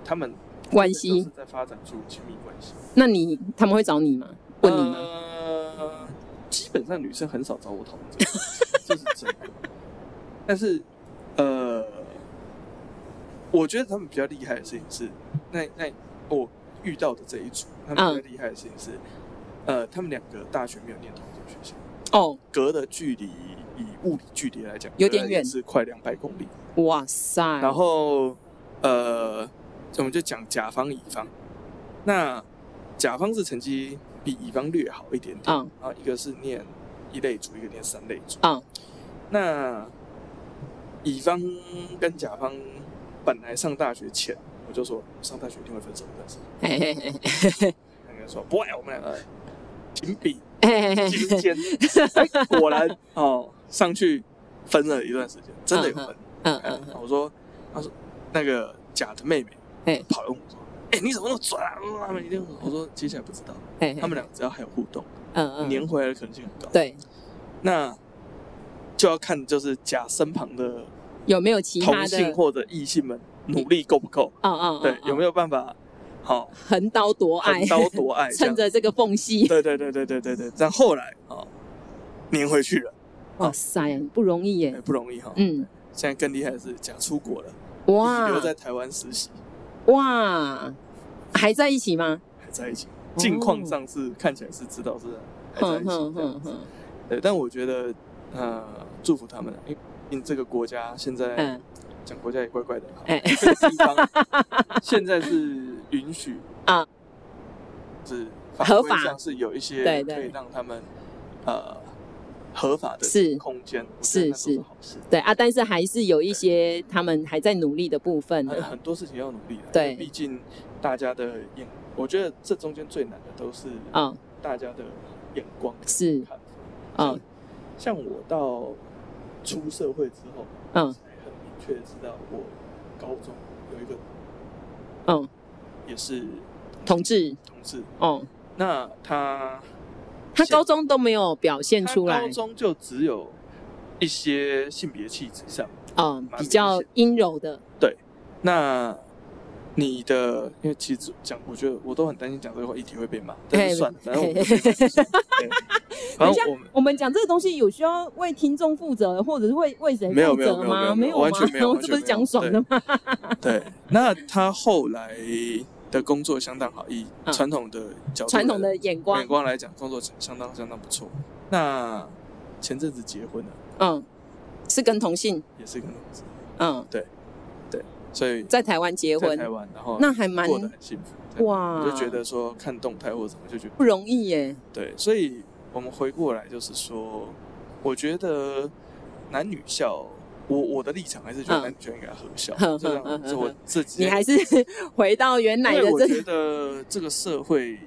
Speaker 1: 他们
Speaker 2: 关
Speaker 1: 就
Speaker 2: 系
Speaker 1: 是在发展出亲密关系。
Speaker 2: 那你他们会找你吗？问你吗？
Speaker 1: 呃，基本上女生很少找我讨论这 个，这是真的。但是，呃，我觉得他们比较厉害的事情是，那那我遇到的这一组，他
Speaker 2: 嗯
Speaker 1: 们比较厉害的事情是，呃，他们两个大学没有念同一间学校，
Speaker 2: 哦，
Speaker 1: 隔的距离以物理距离来讲，
Speaker 2: 有点
Speaker 1: 隔了也
Speaker 2: 远嗯
Speaker 1: 是快两百公里。
Speaker 2: 哇塞，
Speaker 1: 然后呃，我们就讲甲方乙方。那甲方是成绩比乙方略好一点点，
Speaker 2: 嗯
Speaker 1: 然后一个是念一类组，一个念三类组。
Speaker 2: 嗯
Speaker 1: 那乙方跟甲方本来上大学前，我就说上大学一定会分手，但是
Speaker 2: 嘿嘿嘿
Speaker 1: 他们说不会，我们两个情比
Speaker 2: 嘿嘿
Speaker 1: 金
Speaker 2: 嘿嘿，
Speaker 1: 坚。哎果然哦，上去分了一段时间，真的有分。哎
Speaker 2: 嗯嗯
Speaker 1: 我说，他说那个假的妹妹，
Speaker 2: 嘿
Speaker 1: 跑来问我说，哎、你怎么那么准啊？他们一定，我说接下来不知道，
Speaker 2: 嘿，
Speaker 1: 他们俩只要还有互动，
Speaker 2: 嗯嗯
Speaker 1: 粘回来的可能性很高。，
Speaker 2: 对，
Speaker 1: 那就要看就是假身旁的
Speaker 2: 有没有其他
Speaker 1: 同
Speaker 2: 的？
Speaker 1: 性或者异性们努力够不够，
Speaker 2: 嗯嗯，
Speaker 1: 对，有没
Speaker 2: 有
Speaker 1: 有办法好
Speaker 2: 横刀夺爱
Speaker 1: 横？刀夺爱这
Speaker 2: 趁
Speaker 1: 样？
Speaker 2: 着这个缝隙，
Speaker 1: 对对对对对对对，但后来哦，粘回去了，
Speaker 2: 哇塞，不容易
Speaker 1: 哎
Speaker 2: 耶。
Speaker 1: 不容易哈。
Speaker 2: 嗯，
Speaker 1: 现在更厉害的是假出国了，
Speaker 2: 哇
Speaker 1: 留在台湾实习，
Speaker 2: 哇，还在一起吗？
Speaker 1: 还在一起。近况上是、看起来是知道是还在一
Speaker 2: 哼
Speaker 1: 起
Speaker 2: 哦哼
Speaker 1: 这样
Speaker 2: 哼
Speaker 1: 子，
Speaker 2: 哼，
Speaker 1: 对，但我觉得呃，祝福他们啊，因为毕竟这个国家现在
Speaker 2: 嗯，
Speaker 1: 讲国家也怪怪的，好
Speaker 2: 哎
Speaker 1: 这个地方现在是允 许
Speaker 2: 啊，
Speaker 1: 是法
Speaker 2: 合
Speaker 1: 规
Speaker 2: 法
Speaker 1: 上是有一
Speaker 2: 对
Speaker 1: 些
Speaker 2: 对
Speaker 1: 可以让他们呃合法的
Speaker 2: 是
Speaker 1: 空间，我觉得那
Speaker 2: 是
Speaker 1: 都
Speaker 2: 是
Speaker 1: 是好事。
Speaker 2: 对啊，但是还是有一
Speaker 1: 哎
Speaker 2: 些他们还在努力的部分
Speaker 1: 还有
Speaker 2: 啊。
Speaker 1: 很多事情要努力的，
Speaker 2: 对
Speaker 1: 因为毕竟大家的眼，我觉得这中间最难的都是
Speaker 2: 嗯
Speaker 1: 大家的眼光跟
Speaker 2: 是
Speaker 1: 看法
Speaker 2: 嗯
Speaker 1: 像我到出社会之后，
Speaker 2: 嗯
Speaker 1: 才很明确地知道，我高中有一个
Speaker 2: 嗯，
Speaker 1: 也是
Speaker 2: 同志，
Speaker 1: 同志，
Speaker 2: 哦，
Speaker 1: 那他
Speaker 2: 他高中都没有表现
Speaker 1: 他
Speaker 2: 出来
Speaker 1: 高，中就只有一些性别气质上，
Speaker 2: 嗯，
Speaker 1: 蛮
Speaker 2: 比
Speaker 1: 明
Speaker 2: 较
Speaker 1: 显
Speaker 2: 阴柔的，
Speaker 1: 那。你的，因为其实讲，我觉得我都很担心讲这个话议题会被骂，但
Speaker 2: 嘿
Speaker 1: 是算了，反正我
Speaker 2: 嘿
Speaker 1: 们就不说对
Speaker 2: 等
Speaker 1: 反
Speaker 2: 一下
Speaker 1: 正我们
Speaker 2: 我们讲这个东西有需要为听众负责，或者是为为谁
Speaker 1: 没有
Speaker 2: 负责
Speaker 1: 没有没有
Speaker 2: 吗？
Speaker 1: 没有没有
Speaker 2: 吗？
Speaker 1: 完全没有
Speaker 2: 这不是讲爽
Speaker 1: 完
Speaker 2: 的
Speaker 1: 全
Speaker 2: 吗？
Speaker 1: 对，那他后来的工作相当好，以
Speaker 2: 嗯
Speaker 1: 传统的角度来、
Speaker 2: 传统的眼光
Speaker 1: 眼，光来讲，工作相当相当不错。那前阵子结婚了，
Speaker 2: 嗯，是跟同性，
Speaker 1: 也是一个同志，
Speaker 2: 嗯，
Speaker 1: 所以
Speaker 2: 在台湾结
Speaker 1: 在
Speaker 2: 婚，
Speaker 1: 台湾，然后
Speaker 2: 那还蛮
Speaker 1: 过得很幸福。这样，
Speaker 2: 哇，
Speaker 1: 我就觉得说看动态或者什么，就觉得
Speaker 2: 不容易耶。
Speaker 1: 对。所以我们回过来就是说，我觉得男女校，我我的立场还是觉得
Speaker 2: 嗯
Speaker 1: 男女校应该合校，
Speaker 2: 哼
Speaker 1: 这
Speaker 2: 哼
Speaker 1: 样
Speaker 2: 哼
Speaker 1: 是我
Speaker 2: 哼
Speaker 1: 自己
Speaker 2: 你还是回到原来
Speaker 1: 因
Speaker 2: 的
Speaker 1: 为我
Speaker 2: 这
Speaker 1: 觉
Speaker 2: 个，
Speaker 1: 得这个社会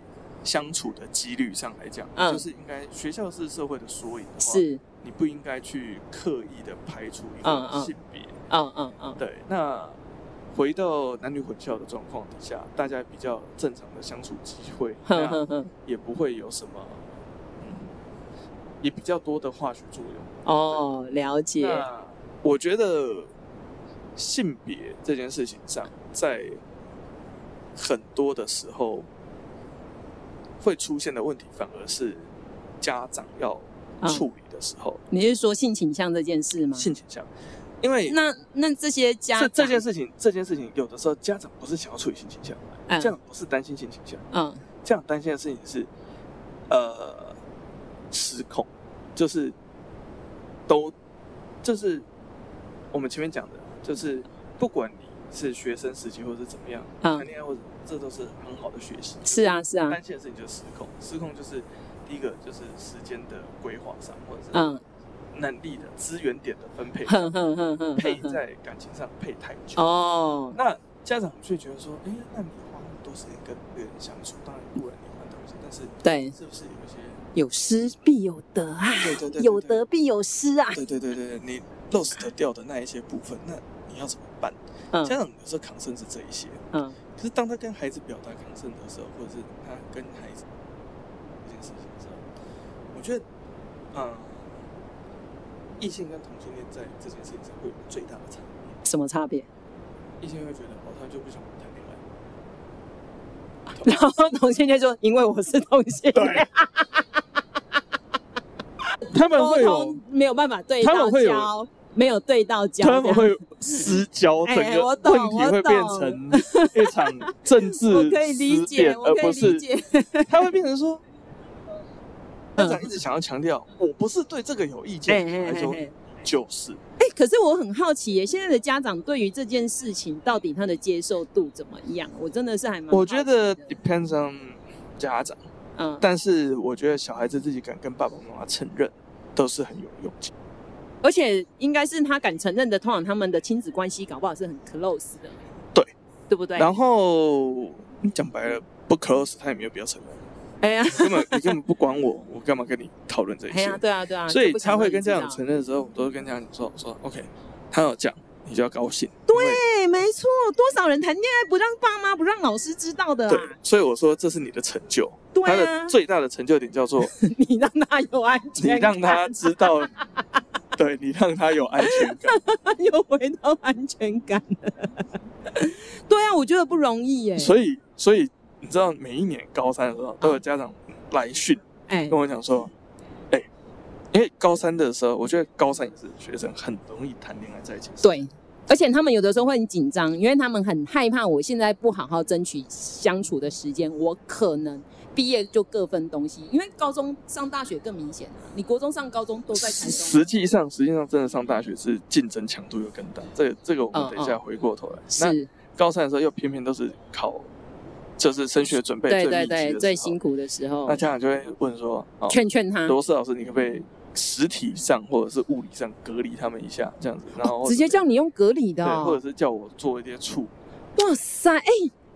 Speaker 1: 相处的几率上来讲，
Speaker 2: 嗯
Speaker 1: 就是应该学校是社会的缩影的话，
Speaker 2: 是，
Speaker 1: 你不应该去刻意的排除一
Speaker 2: 嗯
Speaker 1: 个
Speaker 2: 嗯
Speaker 1: 性别。
Speaker 2: 嗯嗯嗯，
Speaker 1: 对，那回到男女混校的状况底下，大家比较正常的相处机 会，
Speaker 2: 哼
Speaker 1: 那
Speaker 2: 哼哼，
Speaker 1: 也不会有什么，嗯，也比较多的化学作用。
Speaker 2: 哦，了解，
Speaker 1: 那我觉得性别这件事情上，在很多的时候会出现的问题，反而是家长要
Speaker 2: 嗯
Speaker 1: 处理的时候、
Speaker 2: 你是说性倾向这件事吗？
Speaker 1: 性倾向，因为
Speaker 2: 那那这些家
Speaker 1: 这
Speaker 2: 长
Speaker 1: 这件，事情，这件事情有的时候家长不是想要处理性倾向，
Speaker 2: 嗯
Speaker 1: 家长不是担心性倾向，
Speaker 2: 嗯
Speaker 1: 家长担心的事情是呃失控，就是都就是我们前面讲的，就是不管你是学生时期或是怎么样，谈
Speaker 2: 嗯，
Speaker 1: 恋爱或者这都是很好的学习。
Speaker 2: 是啊是啊，
Speaker 1: 担心的事情就是失控，失控就是第一个就是时间的规划上，或者是
Speaker 2: 嗯
Speaker 1: 能力的资源点的分配，
Speaker 2: 哼哼哼哼，
Speaker 1: 配
Speaker 2: 哼
Speaker 1: 在感情上配太久。
Speaker 2: 哦，
Speaker 1: 那家长却觉得说，哎、那你花那么多时间跟别人相处，当然固然你换到一些，但是
Speaker 2: 对，
Speaker 1: 是不是有一些？
Speaker 2: 有失必有得啊，
Speaker 1: 对对对对
Speaker 2: 有得必有失啊，
Speaker 1: 对对对对，对你 lost 掉的那一些部分，那你要怎么办？
Speaker 2: 嗯
Speaker 1: 家长有时候扛甚是这一些，
Speaker 2: 嗯
Speaker 1: 可是当他跟孩子表达抗争的时候，或者是他跟孩子这件事情的时候，我觉得，嗯、异性跟同性恋在这件事情上会有最大的差别。
Speaker 2: 什么差别？
Speaker 1: 异性会觉得，哦，他就不想谈恋爱。
Speaker 2: 然后同性恋说，因为我是同性恋，
Speaker 1: 他们
Speaker 2: 沟
Speaker 1: 会有
Speaker 2: 通，没有办法对
Speaker 1: 他
Speaker 2: 到
Speaker 1: 们会有
Speaker 2: 焦，没有对到焦，
Speaker 1: 他们
Speaker 2: 这样
Speaker 1: 会私交，整
Speaker 2: 哎
Speaker 1: 个
Speaker 2: 我懂
Speaker 1: 问题会变成一场政
Speaker 2: 我
Speaker 1: 治
Speaker 2: 可以理
Speaker 1: 思
Speaker 2: 解，
Speaker 1: 辨，
Speaker 2: 我
Speaker 1: 而
Speaker 2: 可
Speaker 1: 不
Speaker 2: 以理
Speaker 1: 是
Speaker 2: 解，
Speaker 1: 他会变成 说，家
Speaker 2: 嗯
Speaker 1: 长一直想要强调，我不是对这个有意
Speaker 2: 嘿
Speaker 1: 见，
Speaker 2: 嘿
Speaker 1: 他
Speaker 2: 嘿
Speaker 1: 说
Speaker 2: 嘿。
Speaker 1: 就是。
Speaker 2: 哎、可是我很好奇耶，现在的家长对于这件事情到底他的接受度怎么样？我真的是还蛮好
Speaker 1: 我
Speaker 2: 奇
Speaker 1: 觉
Speaker 2: 的……
Speaker 1: 得 depends on 家长，
Speaker 2: 嗯，
Speaker 1: 但是我觉得小孩子自己敢跟爸爸妈妈承认，都是很有勇气。
Speaker 2: 而且应该是他敢承认的，通常他们的亲子关系搞不好是很 close 的，
Speaker 1: 对
Speaker 2: 对不对？
Speaker 1: 然后你讲白了，不 close 他也没有必要承认，
Speaker 2: 哎呀，
Speaker 1: 根本你根本不管我，我干嘛跟你讨论这
Speaker 2: 哎
Speaker 1: 些
Speaker 2: 呀，？对啊，对啊，
Speaker 1: 所以
Speaker 2: 就不想
Speaker 1: 他会
Speaker 2: 让你
Speaker 1: 跟
Speaker 2: 知
Speaker 1: 家长
Speaker 2: 道
Speaker 1: 承认的时候，我都会跟家长说说 OK，他有讲你就要高兴，
Speaker 2: 对，啊哎没错，多少人谈恋爱不让爸妈、不让老师知道的
Speaker 1: 因为
Speaker 2: 啊
Speaker 1: 对？，所以我说这是你的成就。
Speaker 2: 对
Speaker 1: 他
Speaker 2: 啊
Speaker 1: 的，最大的成就点叫 做
Speaker 2: 你让他有安
Speaker 1: 你
Speaker 2: 全感，
Speaker 1: 让他知道， 对你让他有安全感。
Speaker 2: 又回到安全感了。 对啊，我觉得不容易耶。
Speaker 1: 所以，所以你知道，每一年高三的时候，都有家长来讯
Speaker 2: 哎、
Speaker 1: 跟我讲说，哎、因为高三的时候，我觉得高三也是学生很容易谈恋爱在一起。，
Speaker 2: 对，而且他们有的时候会很紧张，因为他们很害怕，我现在不好好争取相处的时间，我可能毕业就各分东西。因为高中上大学更明显啊，你国中上高中都在台中
Speaker 1: 实
Speaker 2: 啊，
Speaker 1: 际上，实际上真的上大学是竞争强度又更大。这个这个我们等一下回过头来。那
Speaker 2: 嗯是
Speaker 1: 高三的时候又偏偏都是考，就是升学准备最
Speaker 2: 对
Speaker 1: 密集
Speaker 2: 对对，最辛
Speaker 1: 辛苦。
Speaker 2: 苦的时候
Speaker 1: 那，家长就会问说，哦，
Speaker 2: 劝劝他，
Speaker 1: 罗斯老师，你可不可以实体上或者是物理上隔离他们一下，这样子，然后
Speaker 2: 直接叫你用隔离的、
Speaker 1: 对，或
Speaker 2: 哦
Speaker 1: 者，是叫我做一些处
Speaker 2: 哇塞，哎、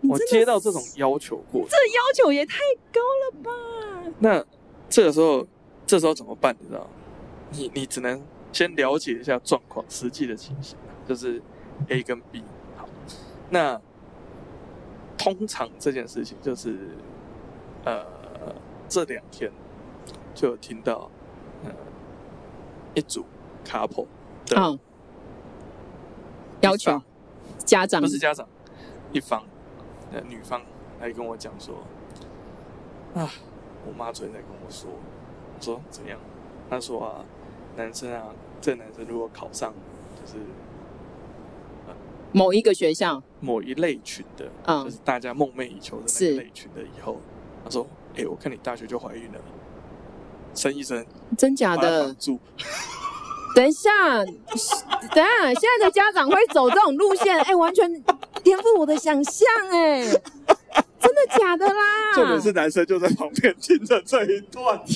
Speaker 2: 你
Speaker 1: 我
Speaker 2: 真的
Speaker 1: 接到这种要求过，
Speaker 2: 要求也太高了吧？
Speaker 1: 那这个时候，这时候怎么办？你知道吗？你你只能先了解一下状况，实际的情形，啊就是 A 跟 B。好，那通常这件事情就是，呃，这两天就有听到，呃，一组 couple 的
Speaker 2: 嗯，要
Speaker 1: 一
Speaker 2: 求
Speaker 1: 方
Speaker 2: 家长
Speaker 1: 不是家长，一方，呃，女方来跟我讲说，啊，我妈昨天在跟我说，我说怎样？她说啊，男生啊，这男生如果考上就是
Speaker 2: 某一个学校，
Speaker 1: 某一类群的，
Speaker 2: 嗯
Speaker 1: 就是大家梦寐以求的那
Speaker 2: 是
Speaker 1: 个类群的以后，她说，哎、我看你大学就怀孕了，生一生，
Speaker 2: 真假
Speaker 1: 把她
Speaker 2: 的
Speaker 1: 绑？住，
Speaker 2: 等一下，等一下，现在的家长会走这种 路线，哎、完全颠覆我的想象，哎，真的假的啦？
Speaker 1: 重点是男生就在旁边听着这一段，
Speaker 2: 太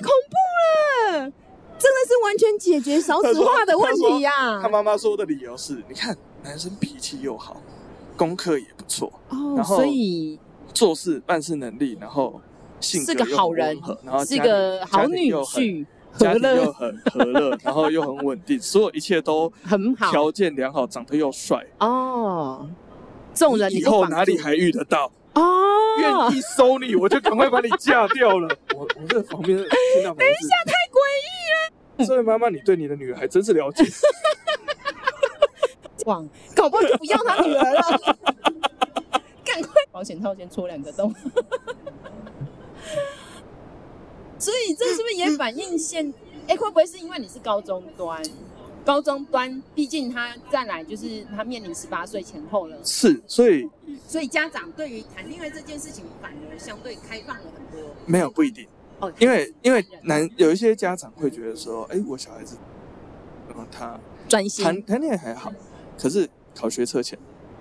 Speaker 2: 恐怖了，真的是完全解决少子化的问题呀、
Speaker 1: 他妈妈说的理由是，你看男生脾气又好，功课也不错。
Speaker 2: 哦，
Speaker 1: 然后
Speaker 2: 所以
Speaker 1: 做事办事能力，然后性格
Speaker 2: 是个
Speaker 1: 又
Speaker 2: 好
Speaker 1: 很
Speaker 2: 人
Speaker 1: 温和然后
Speaker 2: 是
Speaker 1: 家庭
Speaker 2: 个好女，婿，
Speaker 1: 家
Speaker 2: 和
Speaker 1: 庭又
Speaker 2: 乐
Speaker 1: 很家庭又很和乐， 然后又很稳定，所有一切都
Speaker 2: 很好
Speaker 1: 条件良好，长得又帅，
Speaker 2: 哦。这种人你
Speaker 1: 以
Speaker 2: 就
Speaker 1: 后
Speaker 2: 绑
Speaker 1: 哪里
Speaker 2: 住
Speaker 1: 还遇得到？
Speaker 2: 哦
Speaker 1: 愿？意收你，我就赶快把你嫁掉了。 我我这旁边听到，等 一下太诡异了。所以妈妈，你对你的女儿还真是 了解。
Speaker 2: 哇，搞不好就不要他女儿了。 赶快 保险套先戳两个洞。 所以这是不是也反映现？哎、会不会是因为你是高中端？高中端，毕竟他再来就是他面临十八岁前后了，
Speaker 1: 是，所以
Speaker 2: 所以家长对于谈恋爱这件事情反而相对开放了很多。
Speaker 1: 没有不一定。
Speaker 2: 哦，
Speaker 1: 因为因为男有一些家长会觉得说，哎、我小孩子，嗯，他
Speaker 2: 专心
Speaker 1: 谈谈恋爱还好，可是考学车前，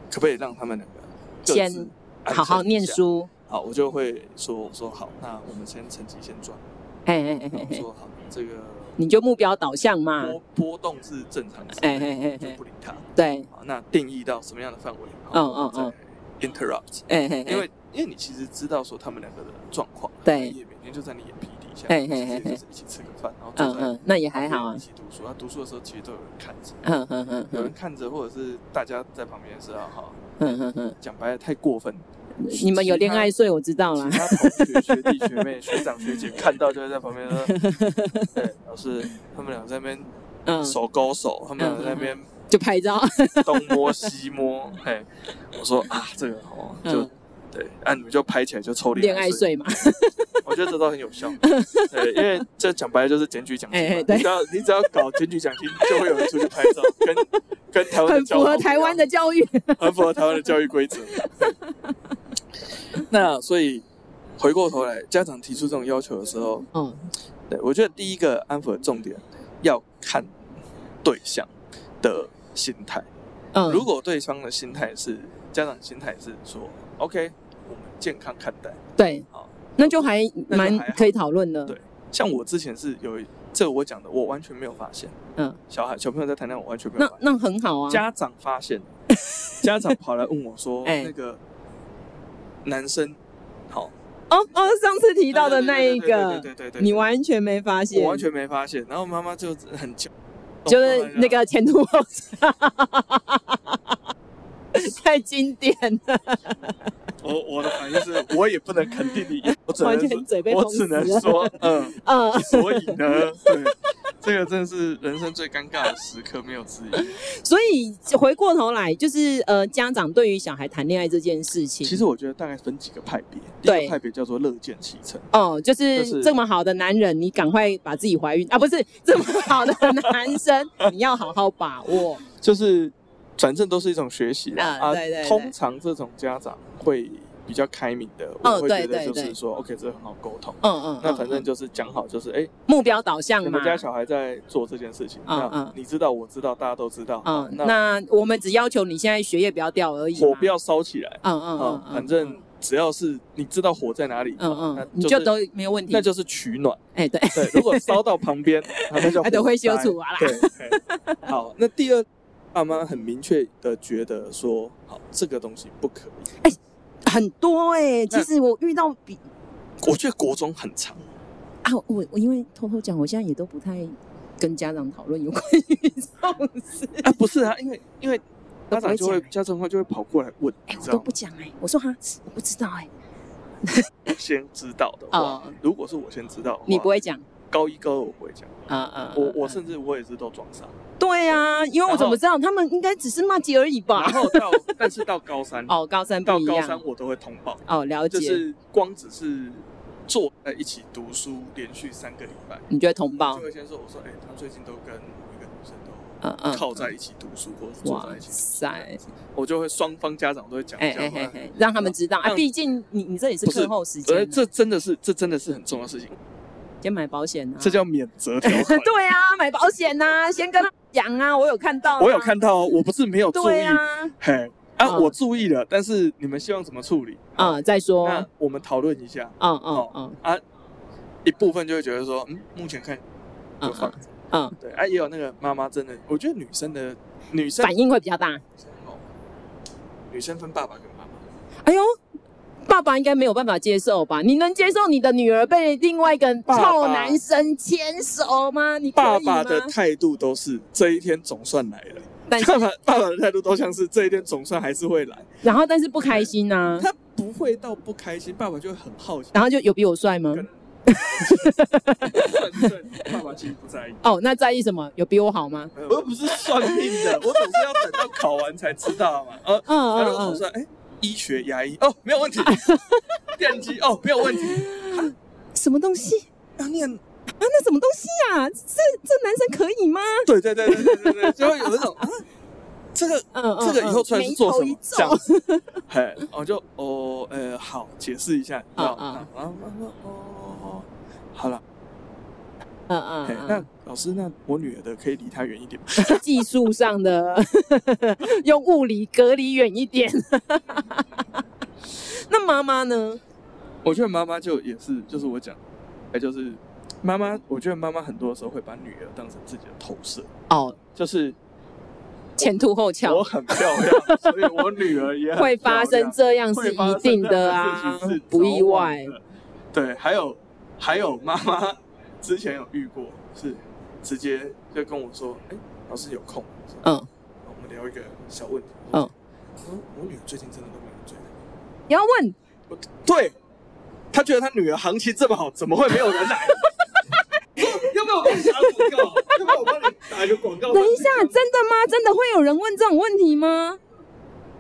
Speaker 1: 可不可以让他们两个各自
Speaker 2: 先
Speaker 1: 安
Speaker 2: 好好
Speaker 1: 分一
Speaker 2: 念
Speaker 1: 下？
Speaker 2: 书，
Speaker 1: 好，我就会说，我说好，那我们先成绩先转，
Speaker 2: 哎哎哎
Speaker 1: 然后
Speaker 2: 哎
Speaker 1: 我
Speaker 2: 哎，
Speaker 1: 说好，这个
Speaker 2: 你就目标导向嘛，
Speaker 1: 波波动是正常的事，
Speaker 2: 哎嘿嘿
Speaker 1: 就
Speaker 2: 嘿
Speaker 1: 不，理它。
Speaker 2: 对，
Speaker 1: 好，那定义到什么样的范围？
Speaker 2: 嗯嗯嗯
Speaker 1: 嗯，interrupt，
Speaker 2: 哎嘿嘿，
Speaker 1: 因为因为你其实知道说他们两个的状况，
Speaker 2: 对
Speaker 1: 也每天就在你眼皮底下，
Speaker 2: 嘿
Speaker 1: 其
Speaker 2: 嘿
Speaker 1: 实也
Speaker 2: 嘿
Speaker 1: 就是一起吃个饭，然后
Speaker 2: 嗯
Speaker 1: 坐在
Speaker 2: 嗯，那也还好啊
Speaker 1: 一，起读书。他读书的时候其实都有人看着，
Speaker 2: 嗯嗯嗯
Speaker 1: 有
Speaker 2: 嗯
Speaker 1: 人看着，或者是大家在旁边是啊，哈，
Speaker 2: 嗯嗯嗯，
Speaker 1: 讲白了太过分，
Speaker 2: 你们有恋爱税我知道
Speaker 1: 其
Speaker 2: 啦，
Speaker 1: 他同学、学弟、学妹、学长、学姐看到就会在旁边 说，对，老师，他们俩在那边
Speaker 2: 嗯，
Speaker 1: 手勾手，他们俩在那边
Speaker 2: 就拍照，
Speaker 1: 东摸西摸，嘿，我说啊，这个哦，就
Speaker 2: 嗯，
Speaker 1: 对，啊，你们就拍起来就抽
Speaker 2: 恋
Speaker 1: 爱
Speaker 2: 爱，税嘛，
Speaker 1: 我觉得这都很有 效，对，因为这讲白了就是检举奖金
Speaker 2: 哎
Speaker 1: 嘛，
Speaker 2: 哎对
Speaker 1: 你只要你只要搞检举奖金，就会有人出去拍照，跟跟台湾的
Speaker 2: 很
Speaker 1: 交
Speaker 2: 符
Speaker 1: 流
Speaker 2: 合台湾的教育，
Speaker 1: 很符合台湾的教育规则。那所以回过头来，家长提出这种要求的时候，
Speaker 2: 嗯，
Speaker 1: 对我觉得第一个安抚的重点要看对象的心态。
Speaker 2: 嗯，
Speaker 1: 如果对方的心态是家长心态是说 OK，我们健康看待。
Speaker 2: 对
Speaker 1: 好，
Speaker 2: 那就还
Speaker 1: 那就
Speaker 2: 蛮
Speaker 1: 还好
Speaker 2: 可以讨论的，
Speaker 1: 对像我之前是有一这个我讲的，我完全没有发现。
Speaker 2: 嗯，
Speaker 1: 小孩小朋友在谈恋爱，我完全没有
Speaker 2: 那
Speaker 1: 发现。
Speaker 2: 那很好啊，
Speaker 1: 家长发现，家长跑来问我说，
Speaker 2: 哎
Speaker 1: 那个男生好。
Speaker 2: 哦哦，上次提到的那一
Speaker 1: 对对
Speaker 2: 个，
Speaker 1: 对对对对对对
Speaker 2: 你完全没发现，
Speaker 1: 我完全没发现。然后妈妈就很久，
Speaker 2: 就是那个前途后继太经典了，
Speaker 1: 我我的反应是，我也不能肯定你，我只
Speaker 2: 完
Speaker 1: 能
Speaker 2: 全嘴被
Speaker 1: 我
Speaker 2: 封
Speaker 1: 只
Speaker 2: 死
Speaker 1: 能
Speaker 2: 了
Speaker 1: 说，嗯，
Speaker 2: 嗯，
Speaker 1: 所以呢，对，这个真的是人生最尴尬的时刻，没有之一。
Speaker 2: 所以回过头来，就是呃，家长对于小孩谈恋爱这件事情，
Speaker 1: 其实我觉得大概分几个派别，第一
Speaker 2: 对
Speaker 1: 个派别叫做乐见其成，
Speaker 2: 哦，就
Speaker 1: 就是
Speaker 2: 是这么好的男人，你赶快把自己怀孕啊，不是这么好的男生，你 要好好把握。
Speaker 1: 就是反正都是一种学习啦
Speaker 2: 啊对对对
Speaker 1: 通常这种家长会比较开明的，我
Speaker 2: 哦
Speaker 1: 会觉得
Speaker 2: 对对
Speaker 1: 就是
Speaker 2: 对
Speaker 1: 说，OK，这很好沟通。
Speaker 2: 嗯嗯，
Speaker 1: 那
Speaker 2: 嗯
Speaker 1: 反正
Speaker 2: 嗯
Speaker 1: 就是讲好，就是哎，
Speaker 2: 目标导向
Speaker 1: 你
Speaker 2: 嘛
Speaker 1: 们。家小孩在做这件事情，
Speaker 2: 嗯
Speaker 1: 那
Speaker 2: 嗯
Speaker 1: 你知道，我知道，大家都知道。
Speaker 2: 嗯，
Speaker 1: 那
Speaker 2: 那我们只要求你现在学业不要掉而已。
Speaker 1: 火不。要烧起来
Speaker 2: 嗯
Speaker 1: 啊
Speaker 2: 嗯嗯，嗯，
Speaker 1: 反正只要是你知道火在哪里，哦
Speaker 2: 嗯
Speaker 1: 那
Speaker 2: 嗯，你
Speaker 1: 就是
Speaker 2: 就都没有问题
Speaker 1: 那。就是取 暖。
Speaker 2: 哎，对，
Speaker 1: 对，如果烧到旁边，啊 那叫
Speaker 2: 哎，等会
Speaker 1: 修
Speaker 2: 修除啊啦。
Speaker 1: 对，嘿好，那第二，爸妈很明确的觉得说，好，这个东西不可以。
Speaker 2: 很多哎，其实我遇到比
Speaker 1: 我觉得国中很长，
Speaker 2: 啊，我我因为偷偷讲，我现在也都不太跟家长讨论有关于这种事，
Speaker 1: 啊，不是啊，因为因为家
Speaker 2: 都不
Speaker 1: 长
Speaker 2: 会
Speaker 1: 就会
Speaker 2: 讲
Speaker 1: 家长会就会跑过来问，你
Speaker 2: 哎，
Speaker 1: 知
Speaker 2: 我都
Speaker 1: 道吗
Speaker 2: 不？讲哎，我说哈，我不知道哎，
Speaker 1: 先知道的话
Speaker 2: 哦，
Speaker 1: 如果是我先知道的话，
Speaker 2: 你不会讲
Speaker 1: 高一高二我不会讲，
Speaker 2: 啊啊，
Speaker 1: 我我
Speaker 2: 是。
Speaker 1: 甚至我也是都装傻。
Speaker 2: 对啊，因为
Speaker 1: 然
Speaker 2: 我怎
Speaker 1: 后
Speaker 2: 么知道他们应该只是骂街而已吧
Speaker 1: 然？后到 但是到高三，
Speaker 2: 哦，高三
Speaker 1: 到
Speaker 2: 不一
Speaker 1: 高三
Speaker 2: 样。
Speaker 1: 我都会通报，
Speaker 2: 哦，了解，
Speaker 1: 就是光只是坐在一起读书，连续三个礼拜，
Speaker 2: 你觉得同胞
Speaker 1: 就，会先说我说，哎，他最近都跟某一个女生都
Speaker 2: 嗯嗯，
Speaker 1: 靠在一起读书，或者是坐
Speaker 2: 哇
Speaker 1: 在一起读书，
Speaker 2: 塞，
Speaker 1: 我就会双方家长都会讲
Speaker 2: 哎
Speaker 1: 一
Speaker 2: 哎
Speaker 1: 下
Speaker 2: 哎
Speaker 1: 话。
Speaker 2: 哎，让他们知道啊，
Speaker 1: 让
Speaker 2: 毕竟你你这里是
Speaker 1: 不是
Speaker 2: 课后时
Speaker 1: 呃，
Speaker 2: 间，啊
Speaker 1: 这真的是，这真的是很重要的事情，
Speaker 2: 先买保险啊，
Speaker 1: 这叫免责 条款。
Speaker 2: 对啊，买保险呐，先跟他讲啊，我有看到，
Speaker 1: 我有，看到哦，我不是没有注意
Speaker 2: 对，啊，
Speaker 1: 嘿，啊，
Speaker 2: 嗯
Speaker 1: 我注意了，但是你们希望怎么处理？
Speaker 2: 嗯，再说，
Speaker 1: 那
Speaker 2: 嗯
Speaker 1: 我们讨论一下
Speaker 2: 嗯嗯
Speaker 1: 啊。一部分就会觉得说，嗯，目前看就
Speaker 2: 嗯
Speaker 1: 放
Speaker 2: 嗯
Speaker 1: 着，
Speaker 2: 嗯，
Speaker 1: 对，啊，也有那个妈妈真的，我觉得女生的女生
Speaker 2: 反应会比较大。
Speaker 1: 哦，女生分爸爸跟妈妈，
Speaker 2: 哎呦。爸爸应该没有办法接受吧？你能接受你的女儿被另外一个
Speaker 1: 爸爸
Speaker 2: 臭男生牵手吗？你可
Speaker 1: 爸
Speaker 2: 以
Speaker 1: 爸的
Speaker 2: 吗
Speaker 1: 态度都是这一天总算来了，
Speaker 2: 但
Speaker 1: 爸爸爸爸的态度都像是这一天总算还是会来，
Speaker 2: 然后但是不开心呐、
Speaker 1: 他不会到不开心，爸爸就会很好 奇，
Speaker 2: 然后就有比我帅吗
Speaker 1: 可？能算不算爸爸其实不在意。
Speaker 2: 哦，那在意什么？有比我好吗？
Speaker 1: 我又不是算命的，我总是要等到考完才知道嘛。呃，
Speaker 2: 嗯
Speaker 1: 然后我
Speaker 2: 嗯嗯，
Speaker 1: 说，哎、医学牙医哦，没有 问题，电机哦，没有问题，
Speaker 2: 什么东西啊？
Speaker 1: 要念，
Speaker 2: 那什么东西啊？这这男生可以吗？
Speaker 1: 对对对对对对对，就会有一种啊，这个
Speaker 2: 嗯嗯，
Speaker 1: 这个以后出来是做什
Speaker 2: 眉
Speaker 1: 么
Speaker 2: 头一？
Speaker 1: 这样
Speaker 2: 皱，
Speaker 1: 子， 嘿，我就哦，呃，好，解释一
Speaker 2: 嗯
Speaker 1: 下，你知道吗？然后他说哦，好了，
Speaker 2: 嗯
Speaker 1: 嘿
Speaker 2: 嗯，
Speaker 1: 那
Speaker 2: 嗯，
Speaker 1: 老师，那我女儿的可以离她远一点吗。
Speaker 2: 技术上的用物理隔离远一点。 那妈妈呢？
Speaker 1: 我觉得妈妈就也是，就是我讲，哎，就是妈妈，我觉得妈妈很多时候会把女儿当成自己的投射，
Speaker 2: 哦，
Speaker 1: 就是
Speaker 2: 前凸后
Speaker 1: 我
Speaker 2: 翘，
Speaker 1: 很漂 亮，所以我女儿也很
Speaker 2: 会发
Speaker 1: 漂亮
Speaker 2: 生这样是
Speaker 1: 会发
Speaker 2: 一
Speaker 1: 生
Speaker 2: 定
Speaker 1: 这样的
Speaker 2: 的啊
Speaker 1: 事情是，
Speaker 2: 不
Speaker 1: 早
Speaker 2: 意
Speaker 1: 晚
Speaker 2: 外。
Speaker 1: 的。对，还有还有，妈妈 之前有遇过，是直接就跟我说：“哎、老师有空，
Speaker 2: 嗯，
Speaker 1: 我们聊一个小问题。”
Speaker 2: 嗯，
Speaker 1: 我说我女儿最近真的都没有追的。
Speaker 2: 你要问
Speaker 1: 我对，他觉得他女儿行情这么好，怎么会没有人来？ 要不要我帮你打个广告？要不要我帮你打一个广告？
Speaker 2: 等一下，真的吗？真的会有人问这种问题吗？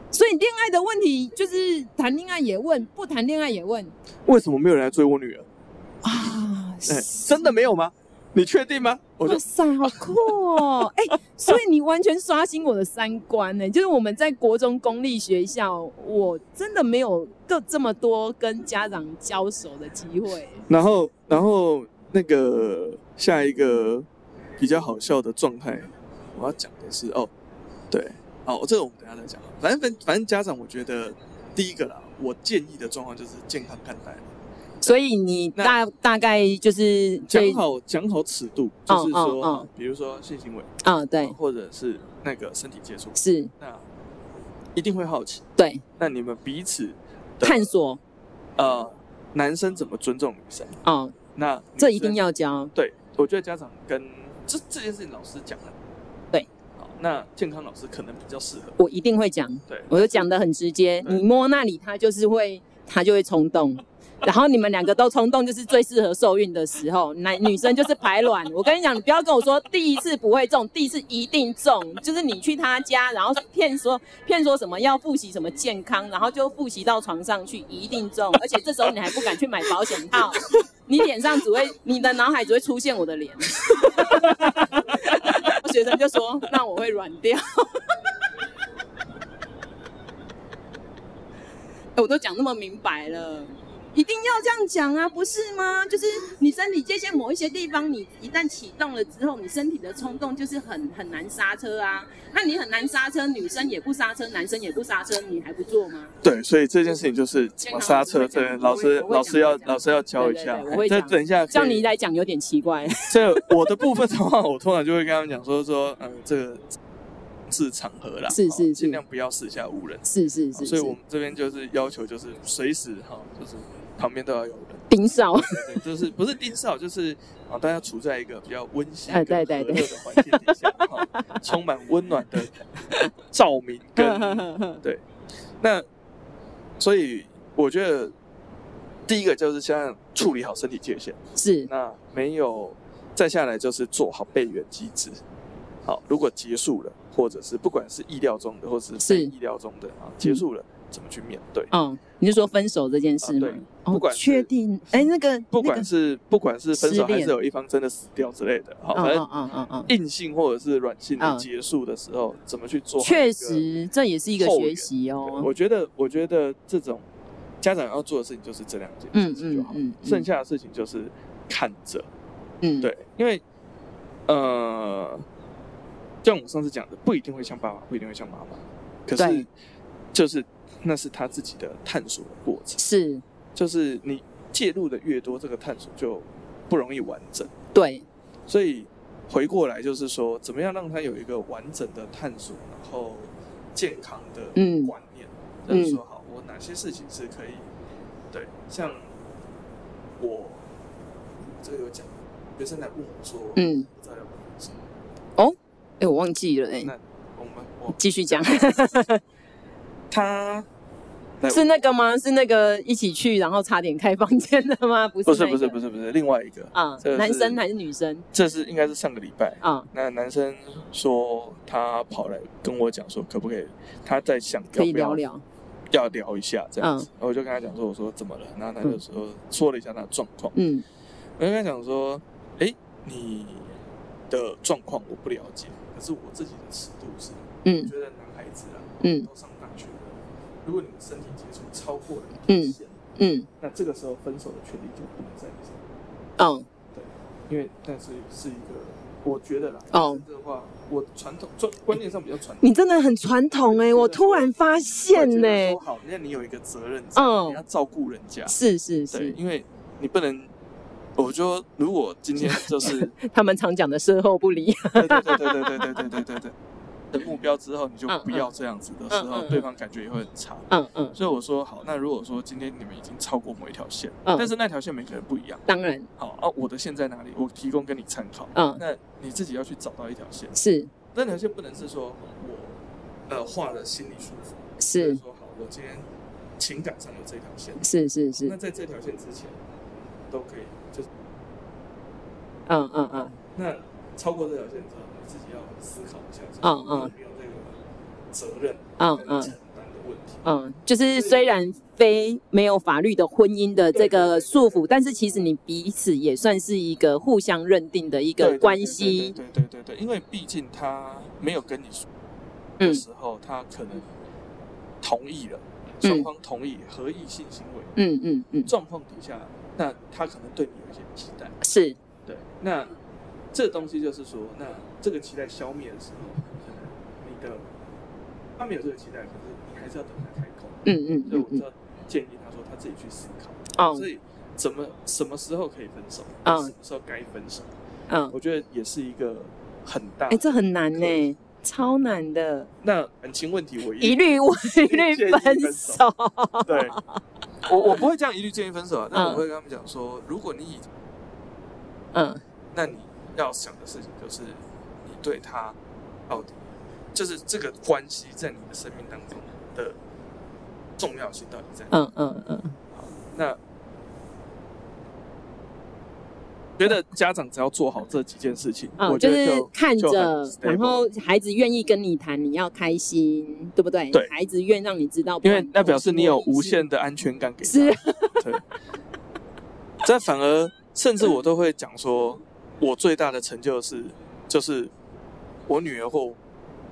Speaker 2: 所以恋爱的问题就是谈恋爱也问，不谈恋爱也问
Speaker 1: 为什么没有人来追我女儿？
Speaker 2: 啊！
Speaker 1: 哎、真的没有吗？你确定吗？我就
Speaker 2: 哇塞，好酷 哦！哎、所以你完全刷新我的三观呢、就是我们在国中公立学校，我真的没有个这么多跟家长交手的机会。
Speaker 1: 然后，然后那个下一个比较好笑的状态，我要讲的是哦，对，哦，这个我们等一下再讲好了。反正反反正家长，我觉得第一个啦，我建议的状况就是健康看待，
Speaker 2: 所以你大大概就是
Speaker 1: 讲
Speaker 2: 最
Speaker 1: 好讲好尺度，就是说，
Speaker 2: 嗯嗯嗯
Speaker 1: 比如说性行为，哦
Speaker 2: 啊、对，
Speaker 1: 或者是那个身体接触，
Speaker 2: 是，
Speaker 1: 那一定会好奇。
Speaker 2: 对，
Speaker 1: 那你们彼此的
Speaker 2: 探索
Speaker 1: 呃，男生怎么尊重女生？
Speaker 2: 哦，
Speaker 1: 那女
Speaker 2: 这一定
Speaker 1: 生
Speaker 2: 要教。
Speaker 1: 对，我觉得家长跟这这件事情老师讲了，
Speaker 2: 对，
Speaker 1: 好，那健康老师可能比较适合，
Speaker 2: 我一定会讲，
Speaker 1: 对，
Speaker 2: 我就讲的很直接，
Speaker 1: 对
Speaker 2: 你摸那里，它就是会，它就会冲动。然后你们两个都冲动，就是最适合受孕的时候。男女生就是排卵，我跟你讲，你不要跟我说第一次不会中，第一次一定中。就是你去他家，然后骗说骗说什么要复习什么健康，然后就复习到床上去，一定中。而且这时候你还不敢去买保险套，你脸上只会，你的脑海只会出现我的脸。 学生就说：“那我会软掉。”欸我都讲那么明白了，一定要这样讲啊，不是吗？就是你身体界限某一些地方，你一旦启动了之后，你身体的冲动就是很很难刹车啊。那你很难刹车，女生也不刹车，男生也不刹车，你还不做吗？
Speaker 1: 对，所以这件事情就是怎
Speaker 2: 健
Speaker 1: 么哦
Speaker 2: 康
Speaker 1: 刹
Speaker 2: 老师
Speaker 1: 车，
Speaker 2: 会
Speaker 1: 对，
Speaker 2: 讲我
Speaker 1: 老
Speaker 2: 会
Speaker 1: 师
Speaker 2: 我会
Speaker 1: 老
Speaker 2: 讲
Speaker 1: 师要
Speaker 2: 我会
Speaker 1: 老师要教一
Speaker 2: 对对
Speaker 1: 下哎
Speaker 2: 对，我会
Speaker 1: 再
Speaker 2: 讲
Speaker 1: 等一下可以，
Speaker 2: 叫你来讲有点 奇怪。
Speaker 1: 这我的部分的话，我通常就会跟他们讲说说，嗯，这个是场合啦，
Speaker 2: 是
Speaker 1: 好
Speaker 2: 是
Speaker 1: 尽
Speaker 2: 是
Speaker 1: 量不要私下误人，
Speaker 2: 是是
Speaker 1: 好
Speaker 2: 是，
Speaker 1: 所以我
Speaker 2: 是
Speaker 1: 们这边就是要求就是随时哈，就是旁边都要有人。
Speaker 2: 顶少，
Speaker 1: 对，就是不是盯梢，就是啊，大家处在一个比较温馨、
Speaker 2: 哎
Speaker 1: 跟
Speaker 2: 对对
Speaker 1: 和乐
Speaker 2: 对
Speaker 1: 的环境底下，哈充满温暖的照明
Speaker 2: 嗯
Speaker 1: 跟那，所以我觉得第一个就是先处理好身体界限，
Speaker 2: 是
Speaker 1: 那没有再下来就是做好备援机制。好，如果结束了，或者是不管是意料中的，或者是非
Speaker 2: 是嗯
Speaker 1: 意料中的啊，结束了怎么去面对？
Speaker 2: 哦，你是说分手这件事
Speaker 1: 啊
Speaker 2: 吗
Speaker 1: 对？不
Speaker 2: 哦
Speaker 1: 管，是
Speaker 2: 确定？哎，那个
Speaker 1: 不管是、不管是分
Speaker 2: 失
Speaker 1: 手还
Speaker 2: 恋
Speaker 1: 是有一方真的死掉之类的，好，
Speaker 2: 那个，
Speaker 1: 哦反正
Speaker 2: 嗯嗯嗯嗯嗯。
Speaker 1: 硬性或者是软性的
Speaker 2: 嗯
Speaker 1: 结束的时候，怎么去做？
Speaker 2: 确，实，这也是一个
Speaker 1: 后
Speaker 2: 学
Speaker 1: 援
Speaker 2: 习
Speaker 1: 对
Speaker 2: 哦。
Speaker 1: 我觉得，我觉得这种家长要做的事情就是这两件事
Speaker 2: 嗯
Speaker 1: 情就
Speaker 2: 嗯
Speaker 1: 好，
Speaker 2: 嗯，
Speaker 1: 剩下的事情就是看着。
Speaker 2: 嗯，
Speaker 1: 对，因为呃，像我上次讲的，不一定会像爸爸，不一定会像妈妈，可是
Speaker 2: 对
Speaker 1: 就是那是他自己的探索的过程，
Speaker 2: 是，
Speaker 1: 就是你介入的越多，这个探索就不容易完整。
Speaker 2: 对，
Speaker 1: 所以回过来就是说，怎么样让他有一个完整的探索，然后健康的
Speaker 2: 嗯
Speaker 1: 观念，就是说好，我哪些事情是可以，对，像我这个有讲，学生来问我说，
Speaker 2: 嗯，
Speaker 1: 不知道要不要分手，
Speaker 2: 哎、我忘记了、哎，
Speaker 1: 那我们我
Speaker 2: 继续讲，
Speaker 1: 他来
Speaker 2: 是那个吗？是那个一起去，然后差点开房间的吗？不是、
Speaker 1: 不
Speaker 2: 那
Speaker 1: 是不是
Speaker 2: 个
Speaker 1: 不是不是另外一个，
Speaker 2: 啊
Speaker 1: 这个，是
Speaker 2: 男生还是女生
Speaker 1: 这是应该是上个礼拜。
Speaker 2: 啊？
Speaker 1: 那男生说他跑来跟我讲说，可不可以？他在想
Speaker 2: 可
Speaker 1: 要
Speaker 2: 以
Speaker 1: 不
Speaker 2: 聊
Speaker 1: 要
Speaker 2: 聊，
Speaker 1: 要聊一下这
Speaker 2: 嗯
Speaker 1: 样子，然后我就跟他讲说，我说怎么了？然后他就说、说了一下他的状况，
Speaker 2: 嗯
Speaker 1: 我就跟他讲说，哎，你的状况我不了解，可是我自己的尺度是，我
Speaker 2: 嗯
Speaker 1: 觉得男孩子啊，
Speaker 2: 嗯
Speaker 1: 都上大学了，如果你的身体接触超过了
Speaker 2: 嗯
Speaker 1: 底线，
Speaker 2: 嗯
Speaker 1: 那这个时候分手的权利就不能在你身上，
Speaker 2: 哦
Speaker 1: 因为但是是一个我觉得啦，
Speaker 2: 哦，
Speaker 1: 这个话我传统观观念上比较传统。
Speaker 2: 你真的很传统哎、我突然发现
Speaker 1: 会觉
Speaker 2: 呢、
Speaker 1: 得说好，那你有一个责任在，
Speaker 2: 嗯
Speaker 1: 你要照顾人家，
Speaker 2: 是
Speaker 1: 对，
Speaker 2: 是是，
Speaker 1: 因为你不能我就如果今天就是
Speaker 2: 他们常讲的事后不理，
Speaker 1: 对对对对对对对对对对的目标之后，你就
Speaker 2: 嗯
Speaker 1: 不要这样子的时
Speaker 2: 嗯
Speaker 1: 候
Speaker 2: 嗯嗯，
Speaker 1: 对方感觉也会很差。
Speaker 2: 嗯嗯，
Speaker 1: 所以我说好，那如果说今天你们已经超过某一条线，
Speaker 2: 嗯
Speaker 1: 但是那条线每个人不一样，
Speaker 2: 当然，
Speaker 1: 好啊，我的线在哪里？我提供给你参考。
Speaker 2: 嗯，
Speaker 1: 那你自己要去找到一条线，
Speaker 2: 是
Speaker 1: 那条线不能是说我呃画的心里舒服，或者
Speaker 2: 是
Speaker 1: 说好我今天情感上有这条线，
Speaker 2: 是是
Speaker 1: 那
Speaker 2: 是，
Speaker 1: 在这条线之前都可以，就是
Speaker 2: 嗯嗯嗯，
Speaker 1: 那超过这条线之后，你自己要思考一下，
Speaker 2: 嗯嗯
Speaker 1: 没有这个责任
Speaker 2: 嗯
Speaker 1: 跟
Speaker 2: 嗯
Speaker 1: 承担的问题。
Speaker 2: 嗯，就是虽然非没有法律的婚姻的这个束缚，但是其实你彼此也算是一个互相认定的一
Speaker 1: 对
Speaker 2: 个
Speaker 1: 对
Speaker 2: 关系，
Speaker 1: 对对对对对，因为毕竟他没有跟你说
Speaker 2: 嗯
Speaker 1: 的时候，他可能同意了，
Speaker 2: 嗯
Speaker 1: 双方同意合意性行为
Speaker 2: 嗯嗯嗯，
Speaker 1: 状况底下，那他可能对你有一些期待，
Speaker 2: 是，
Speaker 1: 对，那这东西就是说，那这个期待消灭的时候，可能你的他没有这个期待，可是你还是要等他开口，
Speaker 2: 嗯嗯
Speaker 1: 所以
Speaker 2: 嗯
Speaker 1: 我
Speaker 2: 嗯，
Speaker 1: 就建议他说他自己去思考，
Speaker 2: 哦
Speaker 1: 所以怎么什么时候可以分手，
Speaker 2: 嗯
Speaker 1: 什么时候该分手，
Speaker 2: 嗯，
Speaker 1: 我觉得也是一个很大
Speaker 2: 哎、。这很难呢、超难的，
Speaker 1: 那感情问题我
Speaker 2: 一
Speaker 1: 也
Speaker 2: 律我一律
Speaker 1: 建议
Speaker 2: 分
Speaker 1: 分
Speaker 2: 手
Speaker 1: 手， 对，我我不会这样一律建议分手啊，但我会跟他们讲说，如果你已经
Speaker 2: 嗯
Speaker 1: 那你要想的事情就是你对他到底就是这个关系在你的生命当中的重要性到底在哪？
Speaker 2: 嗯嗯嗯，
Speaker 1: 那觉得家长只要做好这几件事情，
Speaker 2: 嗯，
Speaker 1: 我觉
Speaker 2: 就
Speaker 1: 得
Speaker 2: 是看
Speaker 1: 就很
Speaker 2: 着，
Speaker 1: stable
Speaker 2: 然后孩子愿意跟你谈，你要开心，对不对？
Speaker 1: 对
Speaker 2: 孩子愿让你知道，
Speaker 1: 因为那表示你有
Speaker 2: 不管
Speaker 1: 无限的安全感给他。
Speaker 2: 是
Speaker 1: 对。这反而甚至我都会讲说，我最大的成就是，就是我女儿或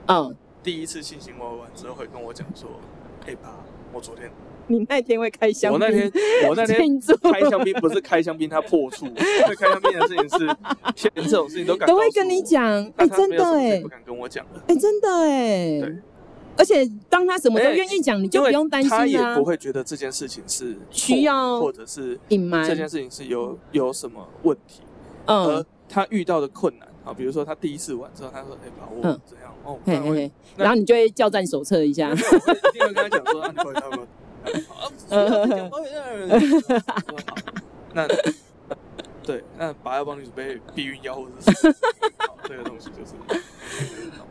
Speaker 2: 嗯，
Speaker 1: 第一次性行为完之后会跟我讲说：“哎、爸，我昨天，
Speaker 2: 你那天会开箱，
Speaker 1: 我那天，我那天
Speaker 2: 庆祝
Speaker 1: 开香槟不是开香槟，她破 处，会开香槟的事情是，现在这种事情都敢
Speaker 2: 都
Speaker 1: 告
Speaker 2: 会
Speaker 1: 诉
Speaker 2: 跟你
Speaker 1: 我，
Speaker 2: 讲，哎、
Speaker 1: 那她
Speaker 2: 真
Speaker 1: 没有
Speaker 2: 的
Speaker 1: 什么事
Speaker 2: 哎、
Speaker 1: 情不敢跟我讲的，
Speaker 2: 哎、真的哎、
Speaker 1: 对
Speaker 2: 而且当他什么都
Speaker 1: 因为
Speaker 2: 愿意讲，你就
Speaker 1: 因
Speaker 2: 不
Speaker 1: 为
Speaker 2: 用担心啊啦、
Speaker 1: 她也不会觉得这件事情是错
Speaker 2: 需要
Speaker 1: 或者是
Speaker 2: 隐瞒
Speaker 1: 这件事情呃是有有什么问题，
Speaker 2: 嗯
Speaker 1: 而。他遇到的困难啊，比如说他第一次玩之后，他说：“哎、把
Speaker 2: 嗯
Speaker 1: 我怎样？”哦，
Speaker 2: 嘿
Speaker 1: 那
Speaker 2: 嘿
Speaker 1: 我
Speaker 2: 嘿，
Speaker 1: 那
Speaker 2: 然后你就会叫战手册一 下
Speaker 1: 没，有我会一定会跟他讲说：“啊，你回他吗？”啊，不要再讲我说好那对，那爸要帮你准备避孕药或者是什么好这个东西，就是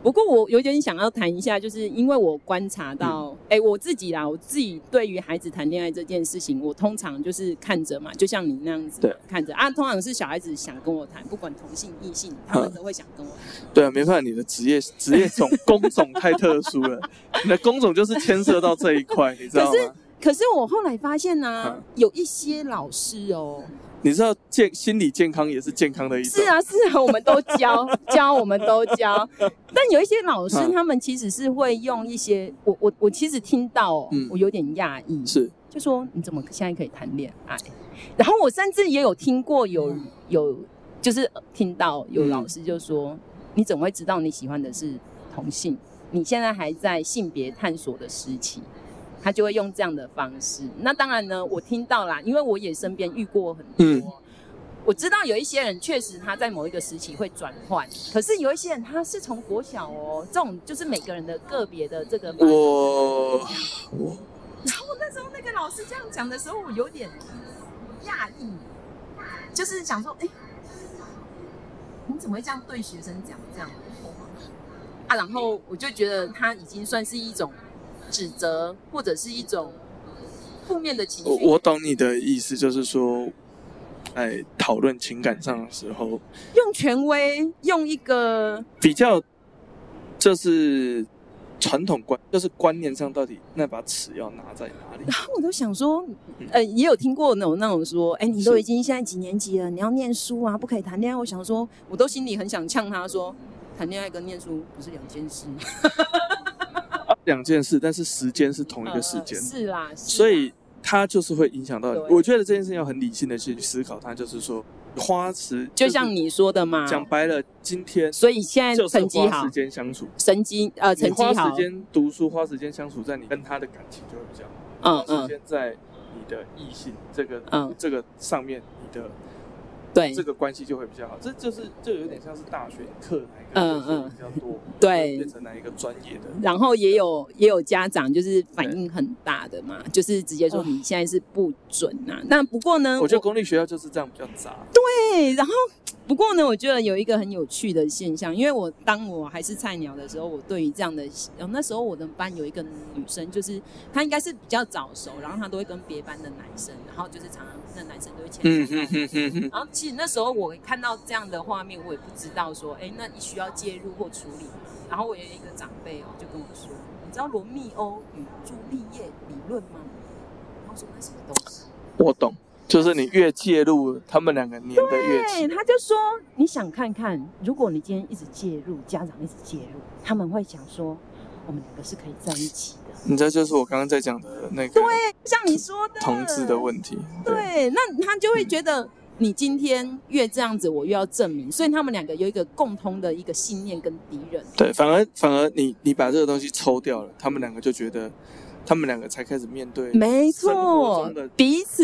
Speaker 2: 不过我有点想要谈一下，就是因为我观
Speaker 1: 嗯
Speaker 2: 察到，哎、我自己啦，我自己对于孩子谈恋爱这件事情，我通常就是看着嘛，就像你那样子
Speaker 1: 对
Speaker 2: 看着啊，通常是小孩子想跟我谈，不管同性异性，他
Speaker 1: 嗯
Speaker 2: 们都会想跟我谈。
Speaker 1: 对啊，没办法，你的职业职业种工种太特殊了， 你的工种就是牵涉到这一块，你知道
Speaker 2: 可是
Speaker 1: 吗？
Speaker 2: 可是我后来发现呢、
Speaker 1: 嗯
Speaker 2: 有一些老师哦，
Speaker 1: 你知道健心理健康也是健康的一种，
Speaker 2: 是啊是啊，我们都教教，我们都教，但有一些老师
Speaker 1: 嗯
Speaker 2: 他们其实是会用一些，我我我其实听到、哦
Speaker 1: 嗯
Speaker 2: 我有点讶异，
Speaker 1: 是
Speaker 2: 就说你怎么现在可以谈恋爱？然后我甚至也有听过有、有，就是听到有
Speaker 1: 嗯
Speaker 2: 老师就说，你怎么会知道你喜欢的是同性？你现在还在性别探索的时期，他就会用这样的方式。那当然呢，我听到啦，因为我也身边遇过很多。
Speaker 1: 嗯
Speaker 2: 我知道有一些人确实他在某一个时期会转换，可是有一些人他是从国小哦，这种就是每个人的个别的这个
Speaker 1: 哦
Speaker 2: 发展
Speaker 1: 我我
Speaker 3: 那时候那个老师这样讲的时候，我有点讶异，就是想说，哎、你怎么会这样对学生讲这样的话
Speaker 2: 啊，然后我就觉得他已经算是一种指责，或者是一种负面的情绪。
Speaker 1: 我我懂你的意思，就是说，在讨论情感上的时候，
Speaker 2: 用权威，用一个
Speaker 1: 比较就是传统观，就是观念上到底那把尺要拿在哪 里？
Speaker 2: 我都想说，呃，也有听过那种那种说，哎，你都已经现在几年级了，你要念书啊，不可以谈恋爱。我想说，我都心里很想呛他说，谈恋爱跟念书不是两件事吗，
Speaker 1: 两件事，但是时间是同一个时间，
Speaker 2: 呃是啊啦，是啦
Speaker 1: 所以它就是会影响到你
Speaker 2: 对。
Speaker 1: 我觉得这件事情要很理性的去思考，它就是说花时，
Speaker 2: 就是像你说的嘛，
Speaker 1: 讲白了，今天
Speaker 2: 所以现在
Speaker 1: 就是
Speaker 2: 成绩
Speaker 1: 花
Speaker 2: 好
Speaker 1: 时，间相处。
Speaker 2: 成绩呃成
Speaker 1: 你
Speaker 2: 绩
Speaker 1: 花
Speaker 2: 好
Speaker 1: 时，间读书，花时间相处，在你跟他的感情就会比较好。
Speaker 2: 嗯
Speaker 1: 花时
Speaker 2: 嗯
Speaker 1: 间在你的异性这个、
Speaker 2: 嗯
Speaker 1: 这个上面，你的
Speaker 2: 对
Speaker 1: 这个关系就会比较好。这就是就有点像是大学课哪一
Speaker 2: 嗯
Speaker 1: 个科
Speaker 2: 嗯
Speaker 1: 系比较多，
Speaker 2: 对
Speaker 1: 变成哪一个专业的。
Speaker 2: 然后也有也有家长就是反应很大的嘛，就是直接说
Speaker 1: 哦
Speaker 2: 你现在是不准啊。那不过呢，
Speaker 1: 我觉得公立学校就是这样比较杂，
Speaker 2: 对，然后不过呢，我觉得有一个很有趣的现象，因为我当我还是菜鸟的时候，我对于这样的，呃那时候我的班有一个女生，就是她应该是比较早熟，然后她都会跟别班的男生，然后就是常常那男生都会牵手。
Speaker 1: 嗯哼哼哼哼，
Speaker 2: 然后其实那时候我看到这样的画面，我也不知道说，哎，那你需要介入或处理吗。然后我有一个长辈哦，就跟我说，你知道罗密欧与朱丽叶理论吗？然后我说那什么东西？
Speaker 1: 我懂，就是你越介入，他们两个粘的越
Speaker 2: 对，
Speaker 1: 紧。
Speaker 2: 他就说你想看看，如果你今天一直介入，家长一直介入，他们会想说我们两个是可以在一起的。
Speaker 1: 你这就是我刚刚在讲的那个
Speaker 2: 像你说的，
Speaker 1: 同志的问题。对，
Speaker 2: 啊对，那他就会觉得你今天越这样子，我越要证明，所以他们两个有一个共通的一个信念跟敌人。
Speaker 1: 对，反而反而你你把这个东西抽掉了，他们两个就觉得，他们两个才开始面对。
Speaker 2: 没
Speaker 1: 生活
Speaker 2: 错
Speaker 1: 中的，
Speaker 2: 彼此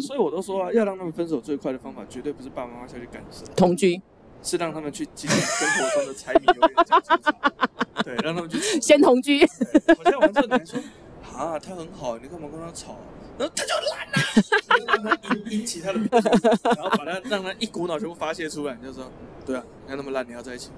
Speaker 1: 所以我都说啊，要让他们分手最快的方法，绝对不是爸爸妈妈下去干涉，
Speaker 2: 同 居，
Speaker 1: 是让他们去经历生活中的柴米油盐酱醋茶。对，让他们去。
Speaker 2: 先同居。
Speaker 1: 我现在玩这个男说啊，他很好，你干嘛跟他吵？然后他就懒了、啊，就让他引引起他的，然后把他让他一股脑全部发泄出来，你就说，对啊，你看那么烂，你要在一起吗？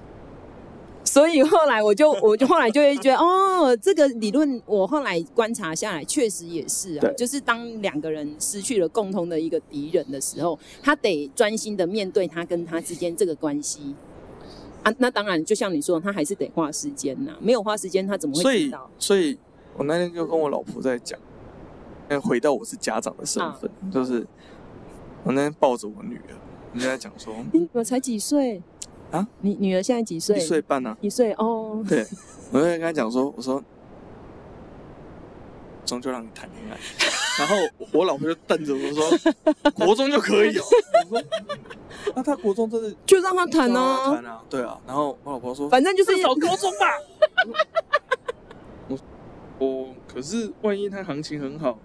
Speaker 2: 所以后来我就，我就后来就会觉得，哦，这个理论我后来观察下来，确实也是啊
Speaker 1: 对，
Speaker 2: 就是当两个人失去了共同的一个敌人的时候，他得专心的面对他跟他之间这个关系啊。那当然，就像你说，他还是得花时间呐、没有花时间，他怎么
Speaker 1: 所
Speaker 2: 会知
Speaker 1: 以
Speaker 2: 道？，
Speaker 1: 所以我那天就跟我老婆在讲，那回到我是家长的身份，
Speaker 2: 啊
Speaker 1: 就是我那天抱着我女儿，我就在讲说
Speaker 2: 你我才几岁
Speaker 1: 啊？
Speaker 2: 你女儿现在几岁？
Speaker 1: 一岁半呢、啊，
Speaker 2: 一岁哦，
Speaker 1: 对，我就在跟她讲说，我说终究让你谈恋爱， 然后我我老婆就瞪着我说，国中就可以哦， 我说那她国中真的
Speaker 2: 就让他谈
Speaker 1: 让她
Speaker 2: 啊，
Speaker 1: 谈啊，对啊，然后我老婆说
Speaker 2: 反正就是
Speaker 1: 找高中吧。 我我可是万一他行情很好，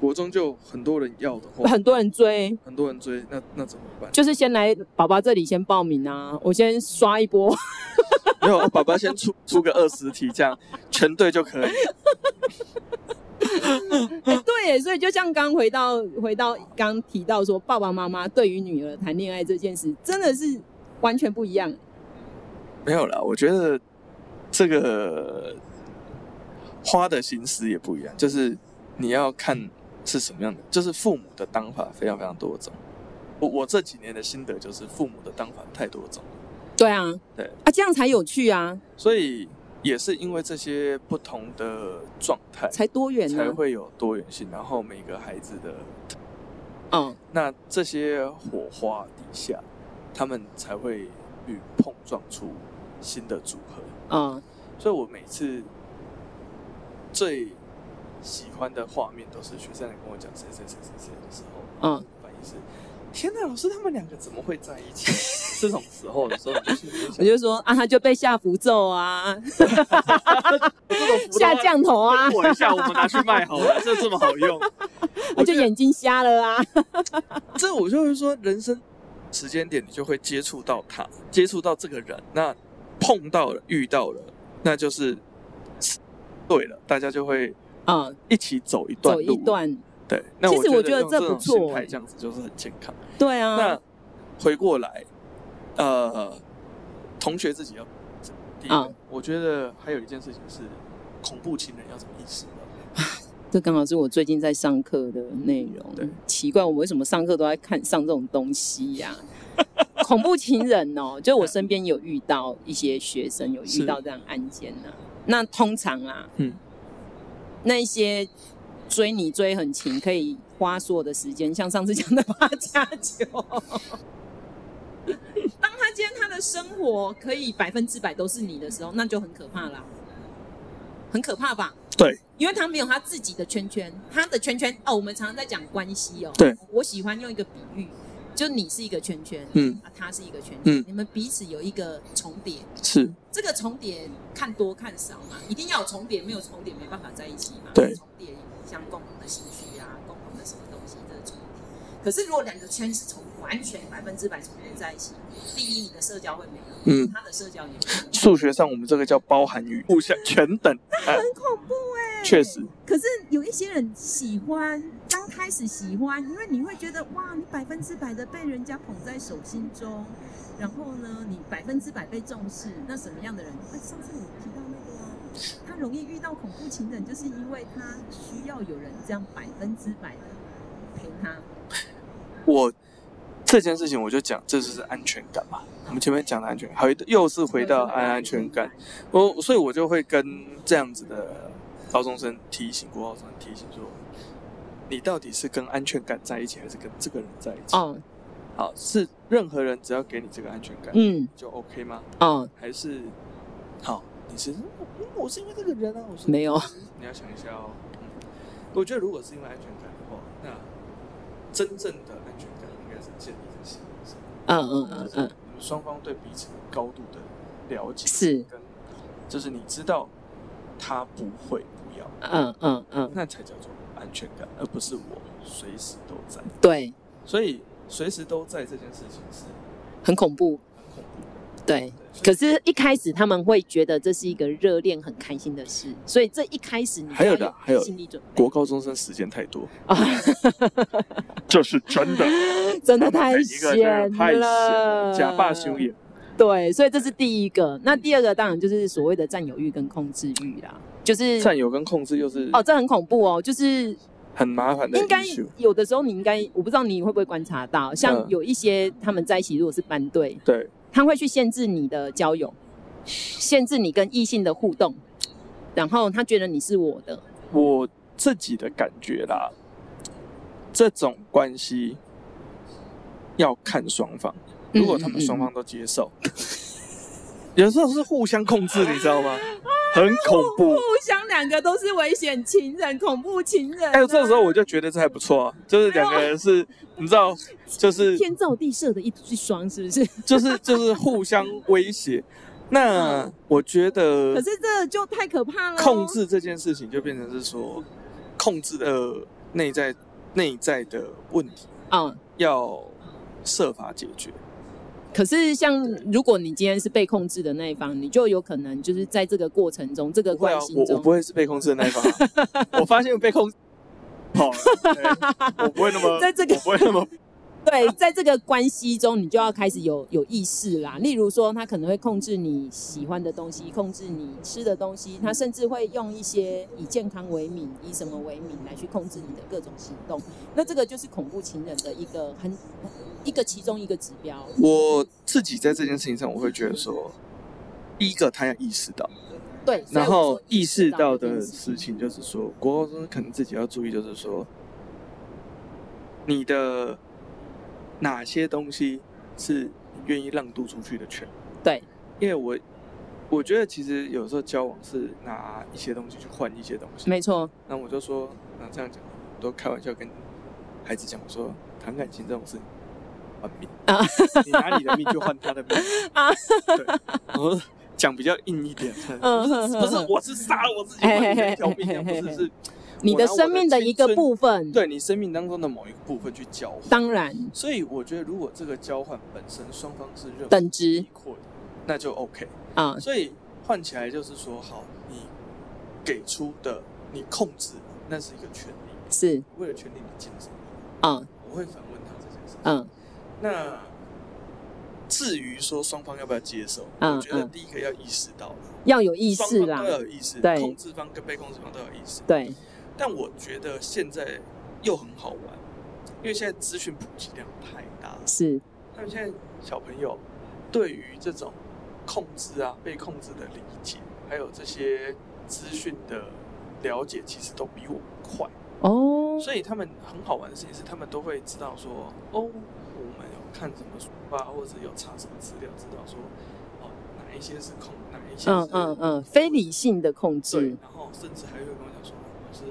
Speaker 1: 国中就很多人要的话，
Speaker 2: 很多人追，
Speaker 1: 很多人追，那那怎么办？
Speaker 2: 就是先来宝宝这里先报名啊，我先刷一波。
Speaker 1: 没有，爸爸先出出个二十题，这样全对就可以。
Speaker 2: 哎对耶，所以就像刚回到回到刚提到说，爸爸妈妈对于女儿谈恋爱这件事，真的是完全不一样。
Speaker 1: 没有啦，我觉得这个花的心思也不一样，就是你要看是什么样的，就是父母的当法非常非常多种。我我这几年的心得就是父母的当法太多种了。
Speaker 2: 对啊，
Speaker 1: 对
Speaker 2: 啊，这样才有趣啊，
Speaker 1: 所以也是因为这些不同的状态，
Speaker 2: 才多元啊
Speaker 1: 才
Speaker 2: 呢、
Speaker 1: 会有多元性，然后每个孩子的
Speaker 2: 啊。嗯，
Speaker 1: 那这些火花底下，他们才会与碰撞出新的组合。
Speaker 2: 嗯，
Speaker 1: 所以我每次最喜欢的画面都是学生来跟我讲谁谁谁谁谁的时候，
Speaker 2: 嗯，
Speaker 1: 反应是。天呐，老师，他们两个怎么会在一起？ 这种时候的时候，你就心里就
Speaker 2: 我
Speaker 1: 想
Speaker 2: 就说啊，他就被下符咒啊，
Speaker 1: 这种辅导
Speaker 2: 下降头啊，
Speaker 1: 我一下，我们拿去卖好 了，这这么好用。
Speaker 2: 我就眼睛瞎了啊。
Speaker 1: 这我就会说，人生时间点你就会接触到他，接触到这个人，那碰到了、遇到了，那就是对了，大家就会
Speaker 2: 嗯，
Speaker 1: 一起走一段
Speaker 2: 走
Speaker 1: 路。
Speaker 2: 一段，
Speaker 1: 对，那
Speaker 2: 其实
Speaker 1: 我
Speaker 2: 我觉得
Speaker 1: 用
Speaker 2: 这
Speaker 1: 这种
Speaker 2: 不错
Speaker 1: 心态
Speaker 2: 欸
Speaker 1: 这样子就是很健康。
Speaker 2: 对啊。
Speaker 1: 那回过来，呃，同学自己要第一个，
Speaker 2: 嗯
Speaker 1: 我觉得还有一件事情是，恐怖情人要怎么意识到？
Speaker 2: 这刚好是我最近在上课的内容。
Speaker 1: 对
Speaker 2: 奇怪，我为什么上课都在看上这种东西呀、 恐怖情人哦，就我身边有遇到一些学生有遇
Speaker 1: 是
Speaker 2: 到这样案件呐、那通常啦，
Speaker 1: 嗯，
Speaker 2: 那一些追你追很勤，可以花所有的时间，像上次讲的八加九。当他今天他的生活可以百分之百都是你的时候，那就很可怕啦，很可怕吧？
Speaker 1: 对，
Speaker 2: 因为他没有他自己的圈圈，他的圈圈哦，我们常常在讲关系哦。
Speaker 1: 对，
Speaker 2: 我喜欢用一个比喻，就你是一个圈圈，
Speaker 1: 嗯，
Speaker 2: 啊，他是一个圈圈，
Speaker 1: 嗯
Speaker 2: 你们彼此有一个重叠，
Speaker 1: 是
Speaker 2: 这个重叠看多看少嘛，一定要有重叠，没有重叠没办法在一起嘛。
Speaker 1: 对
Speaker 2: 重叠像共同的兴趣啊，共同的什么东西，这是重叠。
Speaker 3: 可是如果两个圈是从完全百分之百重叠在一起，第一你的社交会没有，
Speaker 1: 嗯
Speaker 3: 他的社交也没有，
Speaker 1: 数学上我们这个叫包含语，互相全等，哎
Speaker 3: 很恐怖
Speaker 2: 欸
Speaker 3: 哎、
Speaker 1: 确实。
Speaker 3: 可是有一些人喜欢，刚开始喜欢，因为你会觉得哇，你百分之百的被人家捧在手心中，然后呢，你百分之百被重视。那什么样的人？哎，上次你提到那个啊，他容易遇到恐怖情人，就是因为他需要有人这样百分之百的陪他。
Speaker 1: 我这件事情我就讲，这就是安全感嘛。我们前面讲的安全感，还有一又是回到安安全感。，我所以，我就会跟这样子的高中生提醒，国高中生提醒说，你到底是跟安全感在一起，还是跟这个人在一起？
Speaker 2: 哦，
Speaker 1: 好，是任何人只要给你这个安全感，
Speaker 2: 嗯，
Speaker 1: 就 OK 吗？
Speaker 2: 哦，
Speaker 1: 还是好，你是嗯我是因为这个人啊，我是
Speaker 2: 没有，
Speaker 1: 你要想一下哦。嗯我觉得如果是因为安全感的话，那真正的安全感应该是建立在信任上。
Speaker 2: 嗯嗯嗯
Speaker 1: 就是
Speaker 2: 嗯，
Speaker 1: 你们双方对彼此的高度的了解，
Speaker 2: 是
Speaker 1: 跟就是你知道他不会不要，
Speaker 2: 嗯嗯嗯，
Speaker 1: 那才叫做安全感，而不是我随时都在。
Speaker 2: 对，
Speaker 1: 所以随时都在这件事情是
Speaker 2: 很恐怖，
Speaker 1: 很恐怖的。
Speaker 2: 对。
Speaker 1: 对
Speaker 2: 哎可是，一开始他们会觉得这是一个热恋、很开心的事，所以这一开始你就
Speaker 1: 还有的
Speaker 2: 要
Speaker 1: 还有
Speaker 2: 心理准备
Speaker 1: 国高中生时间太 多，
Speaker 2: 啊，
Speaker 1: 这是真的。
Speaker 2: 真的太
Speaker 1: 每一个真的
Speaker 2: 闲
Speaker 1: 太闲
Speaker 2: 了，
Speaker 1: 假霸修也。
Speaker 2: 对，所以这是第一个。那第二个当然就是所谓的占有欲跟控制欲啦，就是
Speaker 1: 占有跟控制又是
Speaker 2: 哦，这很恐怖哦，就是
Speaker 1: 很麻烦的
Speaker 2: 应该
Speaker 1: issue。
Speaker 2: 有的时候你应该，我不知道你会不会观察到，
Speaker 1: 嗯
Speaker 2: 像有一些他们在一起，如果是班队，
Speaker 1: 对，
Speaker 2: 他会去限制你的交友，限制你跟异性的互动，然后他觉得你是我的，
Speaker 1: 我自己的感觉啦，这种关系要看双方，
Speaker 2: 嗯
Speaker 1: 如果他们双方都接 受，有时候是互相控制，你知道吗？很恐怖。
Speaker 3: 互相两个都是危险情人、恐怖情
Speaker 2: 啊
Speaker 3: 人、
Speaker 1: 哎、这时候我就觉得这还不错、啊，就是两个人是，你知道，就是
Speaker 2: 天造地设的一一双，是不是？
Speaker 1: 就是就是互相威胁。
Speaker 2: 嗯
Speaker 1: 那我觉得，
Speaker 3: 可是这就太可怕了。
Speaker 1: 嗯控制这件事情就变成是说，控制的内在内在的问题
Speaker 2: 嗯。
Speaker 1: 要设法解决。
Speaker 2: 可是，像如果你今天是被控制的那一方，你就有可能就是在这个过程中，这个
Speaker 1: 不会
Speaker 2: 关
Speaker 1: 啊，
Speaker 2: 系
Speaker 1: 我
Speaker 2: 中，
Speaker 1: 我不会是被控制的那一方啊、我发现被控 好了，对我不会那么，
Speaker 2: 在这个
Speaker 1: 我不会那么，
Speaker 2: 对，在这个关系中，你就要开始有有意识啦。例如说，他可能会控制你喜欢的东西，控制你吃的东西，他甚至会用一些以健康为名，以什么为名来去控制你的各种行动。那这个就是恐怖情人的一个很一个其中一个指标。
Speaker 1: 我自己在这件事情上，我会觉得说，第一个他要意识到，
Speaker 2: 对，所以
Speaker 1: 然
Speaker 2: 我
Speaker 1: 后
Speaker 2: 说
Speaker 1: 意识到的
Speaker 2: 这件事
Speaker 1: 事情就是说，国高中生可能自己要注意，就是说，你的哪些东西是你愿意让渡出去的权利？
Speaker 2: 对，
Speaker 1: 因为我我觉得其实有时候交往是拿一些东西去换一些东西。
Speaker 2: 没错，
Speaker 1: 那我就说，那这样讲，我都开玩笑跟孩子讲，我说谈感情这种事，换命
Speaker 2: 啊，
Speaker 1: 你拿你的命就换他的命
Speaker 2: 啊，
Speaker 1: 对，我讲比较硬一 点。
Speaker 2: 嗯哼哼
Speaker 1: 不是，我是杀了我自己，换你的一条命，这样啊不
Speaker 2: 嘿嘿
Speaker 1: 是
Speaker 2: 嘿嘿
Speaker 1: 是
Speaker 2: 你
Speaker 1: 我拿
Speaker 2: 的
Speaker 1: 我
Speaker 2: 生命的一个
Speaker 1: 青春
Speaker 2: 部分，，
Speaker 1: 对你生命当中的某一个部分去交换。
Speaker 2: 当然
Speaker 1: 所以我觉得，如果这个交换本身双方是认
Speaker 2: 等值
Speaker 1: 阔的，那就 OK。
Speaker 2: 啊、
Speaker 1: 所以换起来就是说，好，你给出的，你控制的，那是一个权利。
Speaker 2: 是
Speaker 1: 为了权利你竞争，
Speaker 2: 啊，
Speaker 1: 我会反问他这件事。
Speaker 2: 嗯
Speaker 1: 那至于说双方要不要接受，
Speaker 2: 嗯
Speaker 1: 我觉得
Speaker 2: 嗯
Speaker 1: 第一个要意识到了，
Speaker 2: 要有意
Speaker 1: 双
Speaker 2: 识
Speaker 1: 方
Speaker 2: 啦
Speaker 1: 都，要有意识，
Speaker 2: 对
Speaker 1: 控制方跟被控制方都要有意识。
Speaker 2: 对，
Speaker 1: 但我觉得现在又很好玩，因为现在资讯普及量太大了，
Speaker 2: 是，
Speaker 1: 他们现在小朋友对于这种控制啊、被控制的理解，还有这些资讯的了解，其实都比我们快。
Speaker 2: 哦，
Speaker 1: 所以他们很好玩的事情是，他们都会知道说，哦，我们有看什么书啊，或者是有查什么资料，知道说，哦，哪一些是控，哪一些是
Speaker 2: 嗯嗯嗯，非理性的控
Speaker 1: 对
Speaker 2: 制，，
Speaker 1: 然后甚至还会跟我讲说，我是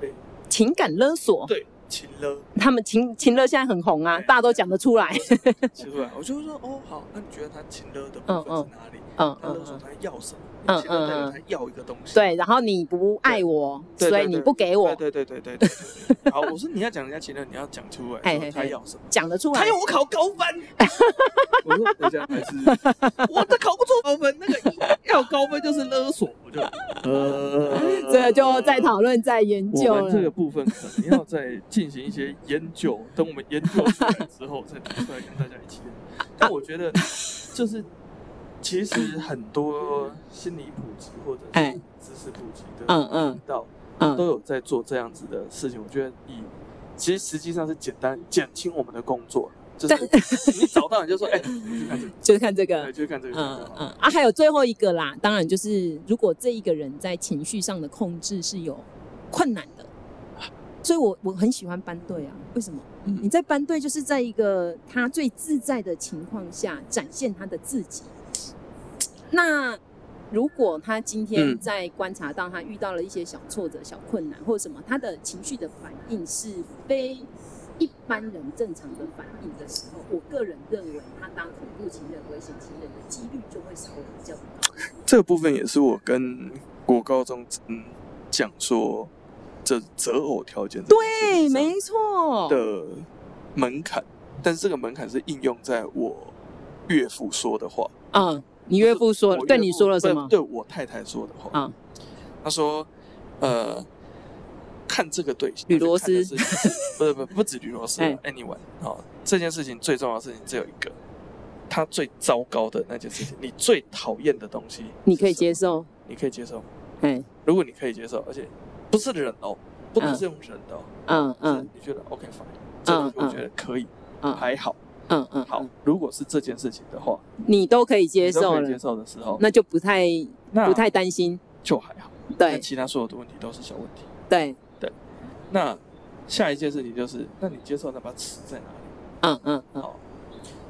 Speaker 1: 被
Speaker 2: 情感勒索，
Speaker 1: 对亲了，
Speaker 2: 他们情情勒现在很红啊，
Speaker 1: 对
Speaker 2: 大家都讲得出来。
Speaker 1: 奇怪，我就会说，哦，好，那你觉得他亲了的
Speaker 2: 嗯
Speaker 1: 部分是哪里？
Speaker 2: 嗯
Speaker 1: 他勒
Speaker 2: 嗯
Speaker 1: 索
Speaker 2: 嗯，
Speaker 1: 他要什么？
Speaker 2: 嗯
Speaker 1: 现在代表
Speaker 2: 嗯嗯
Speaker 1: 他要一个东西。
Speaker 2: 对，然后你不爱我，
Speaker 1: 对对
Speaker 2: 所以
Speaker 1: 对
Speaker 2: 你不给我，
Speaker 1: 对对对对对对对。好，我说你要讲人家情人，你要讲出
Speaker 2: 嘿
Speaker 1: 来
Speaker 2: 嘿
Speaker 1: 说他要什么。
Speaker 2: 讲得出来
Speaker 1: 他。要我考高 分，我说等一下还是我这考不出高分，那个要高分就是勒索，我就 呃，
Speaker 2: 这就在讨论，在研究
Speaker 1: 我们这个
Speaker 2: 了。
Speaker 1: 部分可能要再进行一些研究，等我们研究出来之后再拿出来跟大家一起。但我觉得，就是其实很多心理普及或者是
Speaker 2: 哎
Speaker 1: 知识普及的
Speaker 2: 嗯嗯
Speaker 1: 频道都
Speaker 2: 嗯，
Speaker 1: 有在做这样子的事情。我觉得以其实实际上是简单减轻我们的工作，就是你找到你就说，哎，你去看这个，
Speaker 2: 就是看这
Speaker 1: 对，。就去看这
Speaker 2: 个
Speaker 1: 个，
Speaker 2: 嗯
Speaker 1: 嗯嗯，
Speaker 2: 嗯啊，还有最后一个啦，当然就是如果这一个人在情绪上的控制是有困难的，所以我我很喜欢班队啊。为什么？
Speaker 1: 嗯
Speaker 2: 你在班队就是在一个他最自在的情况下展现他的自己。那如果他今天
Speaker 1: 嗯
Speaker 2: 在观察到他遇到了一些小挫折、小困难或什么，他的情绪的反应是非一般人正常的反应的时候，我个人认为他当恐怖情人、危险情人的几率就会稍微比较高。
Speaker 1: 这个部分也是我跟国高中嗯讲说，这择偶条件这件事情上
Speaker 2: 错，
Speaker 1: 的门槛，但是这个门槛是应用在我岳父说的话。
Speaker 2: 嗯，你岳父说
Speaker 1: 我岳父
Speaker 2: 对你说了什么？
Speaker 1: 对对我太太说的话。
Speaker 2: 啊，
Speaker 1: 他说，呃，看这个对象，
Speaker 2: 吕罗
Speaker 1: 看的是 不不不止吕罗斯
Speaker 2: 哎
Speaker 1: ，anyone 哦，这件事情最重要的事情只有一个，他最糟糕的那件事情，你最讨厌的东西，
Speaker 2: 你可以接，受，
Speaker 1: 你可以接受。
Speaker 2: 哎，
Speaker 1: 如果你可以接受，而且不是人哦，不能
Speaker 2: 嗯
Speaker 1: 是用人的哦，
Speaker 2: 嗯嗯
Speaker 1: 是你觉得 OK fine，这东西我觉得可以，
Speaker 2: 嗯
Speaker 1: 还好。
Speaker 2: 嗯嗯，
Speaker 1: 好，，如果是这件事情的话，
Speaker 2: 你都可以接
Speaker 1: 你都
Speaker 2: 受
Speaker 1: 可以接
Speaker 2: 了，
Speaker 1: 受的时候，
Speaker 2: 那就不太
Speaker 1: 那
Speaker 2: 不太担心。
Speaker 1: 就还好。但
Speaker 2: 对
Speaker 1: 其他所有的问题都是小问题。
Speaker 2: 对，
Speaker 1: 那下一件事情就是，那你接受那把尺在哪里？
Speaker 2: 嗯嗯嗯
Speaker 1: 好，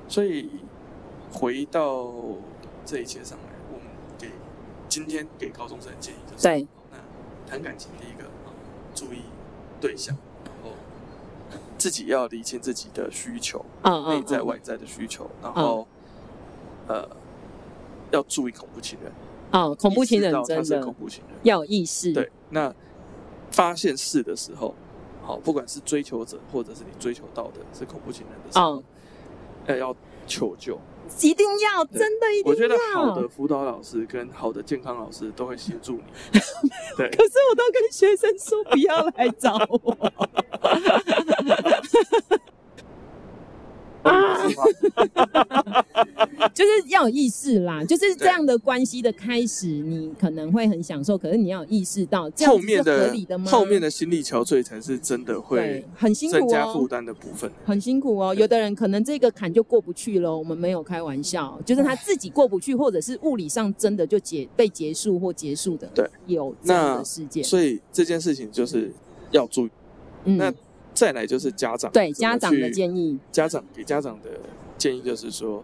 Speaker 1: 所以回到这一切上来，我们给今天给高中生的建议就是，
Speaker 2: 对，
Speaker 1: 那谈感情第一个，哦注意对象，然后自己要理清自己的需求，
Speaker 2: 嗯嗯，
Speaker 1: 内在
Speaker 2: 嗯
Speaker 1: 外在的需求，然后呃要注意恐怖情人，
Speaker 2: 哦，恐怖情人
Speaker 1: 意识到
Speaker 2: 真
Speaker 1: 他是
Speaker 2: 的
Speaker 1: 恐怖情人，
Speaker 2: 要有意识，
Speaker 1: 对，那发现是的时候，好，不管是追求者或者是你追求到的是恐怖情人的时候
Speaker 2: 嗯，
Speaker 1: 呃要求救。
Speaker 2: 一定要，
Speaker 1: 对
Speaker 2: 真的一定要。
Speaker 1: 我觉得好的辅导老师跟好的健康老师都会协助你，对，
Speaker 2: 可是我都跟学生说不要来找 我。啊
Speaker 1: 是吧
Speaker 2: 就是要有意识啦，就是这
Speaker 1: 对
Speaker 2: 样的关系的开始，你可能会很享受，可是你要有意识到这样
Speaker 1: 后
Speaker 2: 子是
Speaker 1: 面
Speaker 2: 合理的吗？
Speaker 1: 后面的心力憔悴才是真的
Speaker 2: 对
Speaker 1: 会
Speaker 2: 很辛
Speaker 1: 增
Speaker 2: 苦
Speaker 1: 加负
Speaker 2: 哦，
Speaker 1: 担的部分。
Speaker 2: 很辛苦哦。有的人可能这个坎就过不去喽，我们没有开玩笑，就是他自己过不去，或者是物理上真的就结被结束或结束的，
Speaker 1: 对，
Speaker 2: 有这样
Speaker 1: 那
Speaker 2: 的事件。
Speaker 1: 所以这件事情就是要注意。那
Speaker 2: 嗯，
Speaker 1: 再来就是家长
Speaker 2: 对
Speaker 1: 怎么
Speaker 2: 家长的
Speaker 1: 去
Speaker 2: 建议，
Speaker 1: 家长给家长的建议就是说，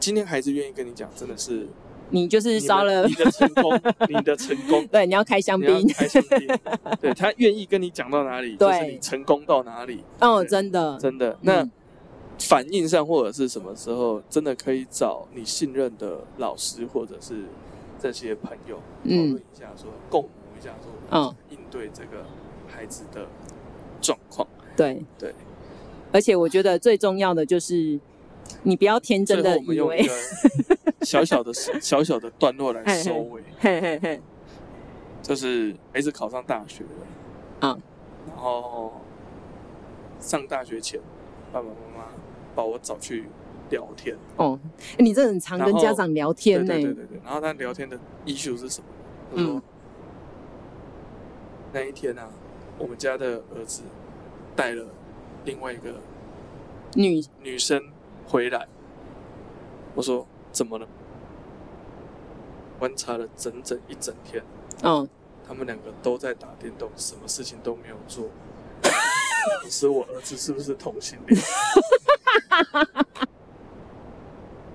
Speaker 1: 今天孩子愿意跟你讲，真的是
Speaker 2: 你就是
Speaker 1: 你
Speaker 2: 烧
Speaker 1: 们
Speaker 2: 了，
Speaker 1: 你，的成功， 你的成功
Speaker 2: 对，你要开香
Speaker 1: 你
Speaker 2: 槟
Speaker 1: 要，开香槟。对他愿意跟你讲到哪里，
Speaker 2: 对
Speaker 1: 就是你成功到哪里，
Speaker 2: 哦，
Speaker 1: 对
Speaker 2: 真的，
Speaker 1: 真的。那
Speaker 2: 嗯
Speaker 1: 反应上或者是什么时候，真的可以找你信任的老师或者是这些朋友讨论
Speaker 2: 嗯
Speaker 1: 一下，说共谋一下，说
Speaker 2: 嗯
Speaker 1: 我们应对这个孩子的状况。
Speaker 2: 对
Speaker 1: 对，
Speaker 2: 而且我觉得最重要的就是，你不要天真
Speaker 1: 最后
Speaker 2: 的
Speaker 1: 我们
Speaker 2: 以
Speaker 1: 用一
Speaker 2: 为，
Speaker 1: 个小小的小小的段落来收尾，
Speaker 2: 嘿嘿嘿，
Speaker 1: 就是孩子考上大学了，
Speaker 2: 啊，
Speaker 1: 然后上大学前，爸爸妈妈把我找去聊天，
Speaker 2: 哦，你这很常
Speaker 1: 然
Speaker 2: 跟
Speaker 1: 后
Speaker 2: 家长聊天呢、
Speaker 1: 对对对对对，然后他聊天的 issue 是什么？他说、
Speaker 2: 嗯
Speaker 1: 那一天啊，我们家的儿子带了另外一个
Speaker 2: 女，
Speaker 1: 女生回来，我说怎么了？观察了整整一整天，
Speaker 2: 哦，
Speaker 1: 他们两个都在打电动，什么事情都没有 做。你说我儿子是不是同性恋？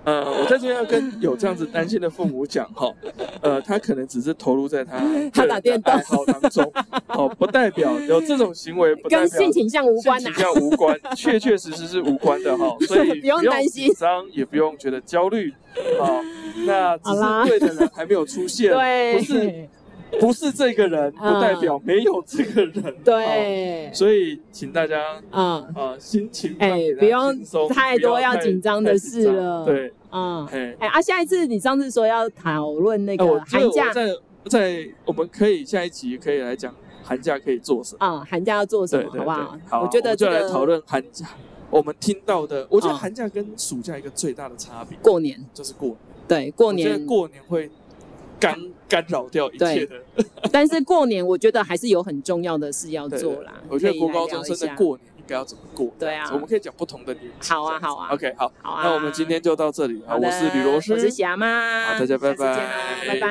Speaker 1: 呃，我在这边要跟有这样子担心的父母讲哈，呃，他可能只是投入在他
Speaker 2: 他打电动
Speaker 1: 个人的爱好当中，哦，不代表有这种行为，不代
Speaker 2: 跟
Speaker 1: 表
Speaker 2: 性倾向无关啊
Speaker 1: 性
Speaker 2: 呐、
Speaker 1: 倾向无 关，确确实实是无关的哈，所以
Speaker 2: 不用担心
Speaker 1: 紧张，也不用觉得焦虑啊。那只
Speaker 2: 好啦
Speaker 1: 是对的人还没有出现，不是
Speaker 2: 对
Speaker 1: 不是这个人，不代表没有这个人。
Speaker 2: 对
Speaker 1: 哦，所以请大家
Speaker 2: 嗯
Speaker 1: 啊，心情
Speaker 2: 哎
Speaker 1: 放平啊
Speaker 2: 不用
Speaker 1: 轻松
Speaker 2: 太
Speaker 1: 不要
Speaker 2: 多要
Speaker 1: 太
Speaker 2: 紧张的
Speaker 1: 太紧
Speaker 2: 事
Speaker 1: 张
Speaker 2: 了
Speaker 1: 对，
Speaker 2: 嗯，
Speaker 1: 哎，
Speaker 2: 哎啊，下一次你上次说要讨论那
Speaker 1: 哎
Speaker 2: 个
Speaker 1: 我这
Speaker 2: 寒
Speaker 1: 个
Speaker 2: 假
Speaker 1: 我，在在我们可以下一集可以来讲寒假可以做什么。
Speaker 2: 嗯，寒假要做什
Speaker 1: 对
Speaker 2: 么，
Speaker 1: 对
Speaker 2: 好不好
Speaker 1: 对？好，
Speaker 2: 我觉得
Speaker 1: 们就
Speaker 2: 这
Speaker 1: 来
Speaker 2: 个
Speaker 1: 讨论寒假。我们听到的，我觉得
Speaker 2: 嗯
Speaker 1: 寒假跟暑假一个最大的差别
Speaker 2: 过年，
Speaker 1: 就是过年。
Speaker 2: 对过
Speaker 1: 我觉得
Speaker 2: 年，
Speaker 1: 过年会干干扰掉一切的。
Speaker 2: 但是过年我觉得还是有很重要的事要
Speaker 1: 对
Speaker 2: 做啦。
Speaker 1: 我觉
Speaker 2: 可
Speaker 1: 得
Speaker 2: 以
Speaker 1: 国
Speaker 2: 来
Speaker 1: 高
Speaker 2: 聊
Speaker 1: 中
Speaker 2: 一
Speaker 1: 生
Speaker 2: 下
Speaker 1: 的过年应该要怎么过？
Speaker 2: 对啊
Speaker 1: 我们可以讲不同的年纪。
Speaker 2: 好啊
Speaker 1: 这样子
Speaker 2: 好啊
Speaker 1: OK，好，
Speaker 2: 好啊，
Speaker 1: 那我们今天就到这里。
Speaker 2: 好
Speaker 1: 我
Speaker 2: 的，
Speaker 1: 是吕罗斯，
Speaker 2: 我是霞妈，
Speaker 1: 好大家拜
Speaker 2: 下次见啦
Speaker 1: 拜
Speaker 2: 拜拜。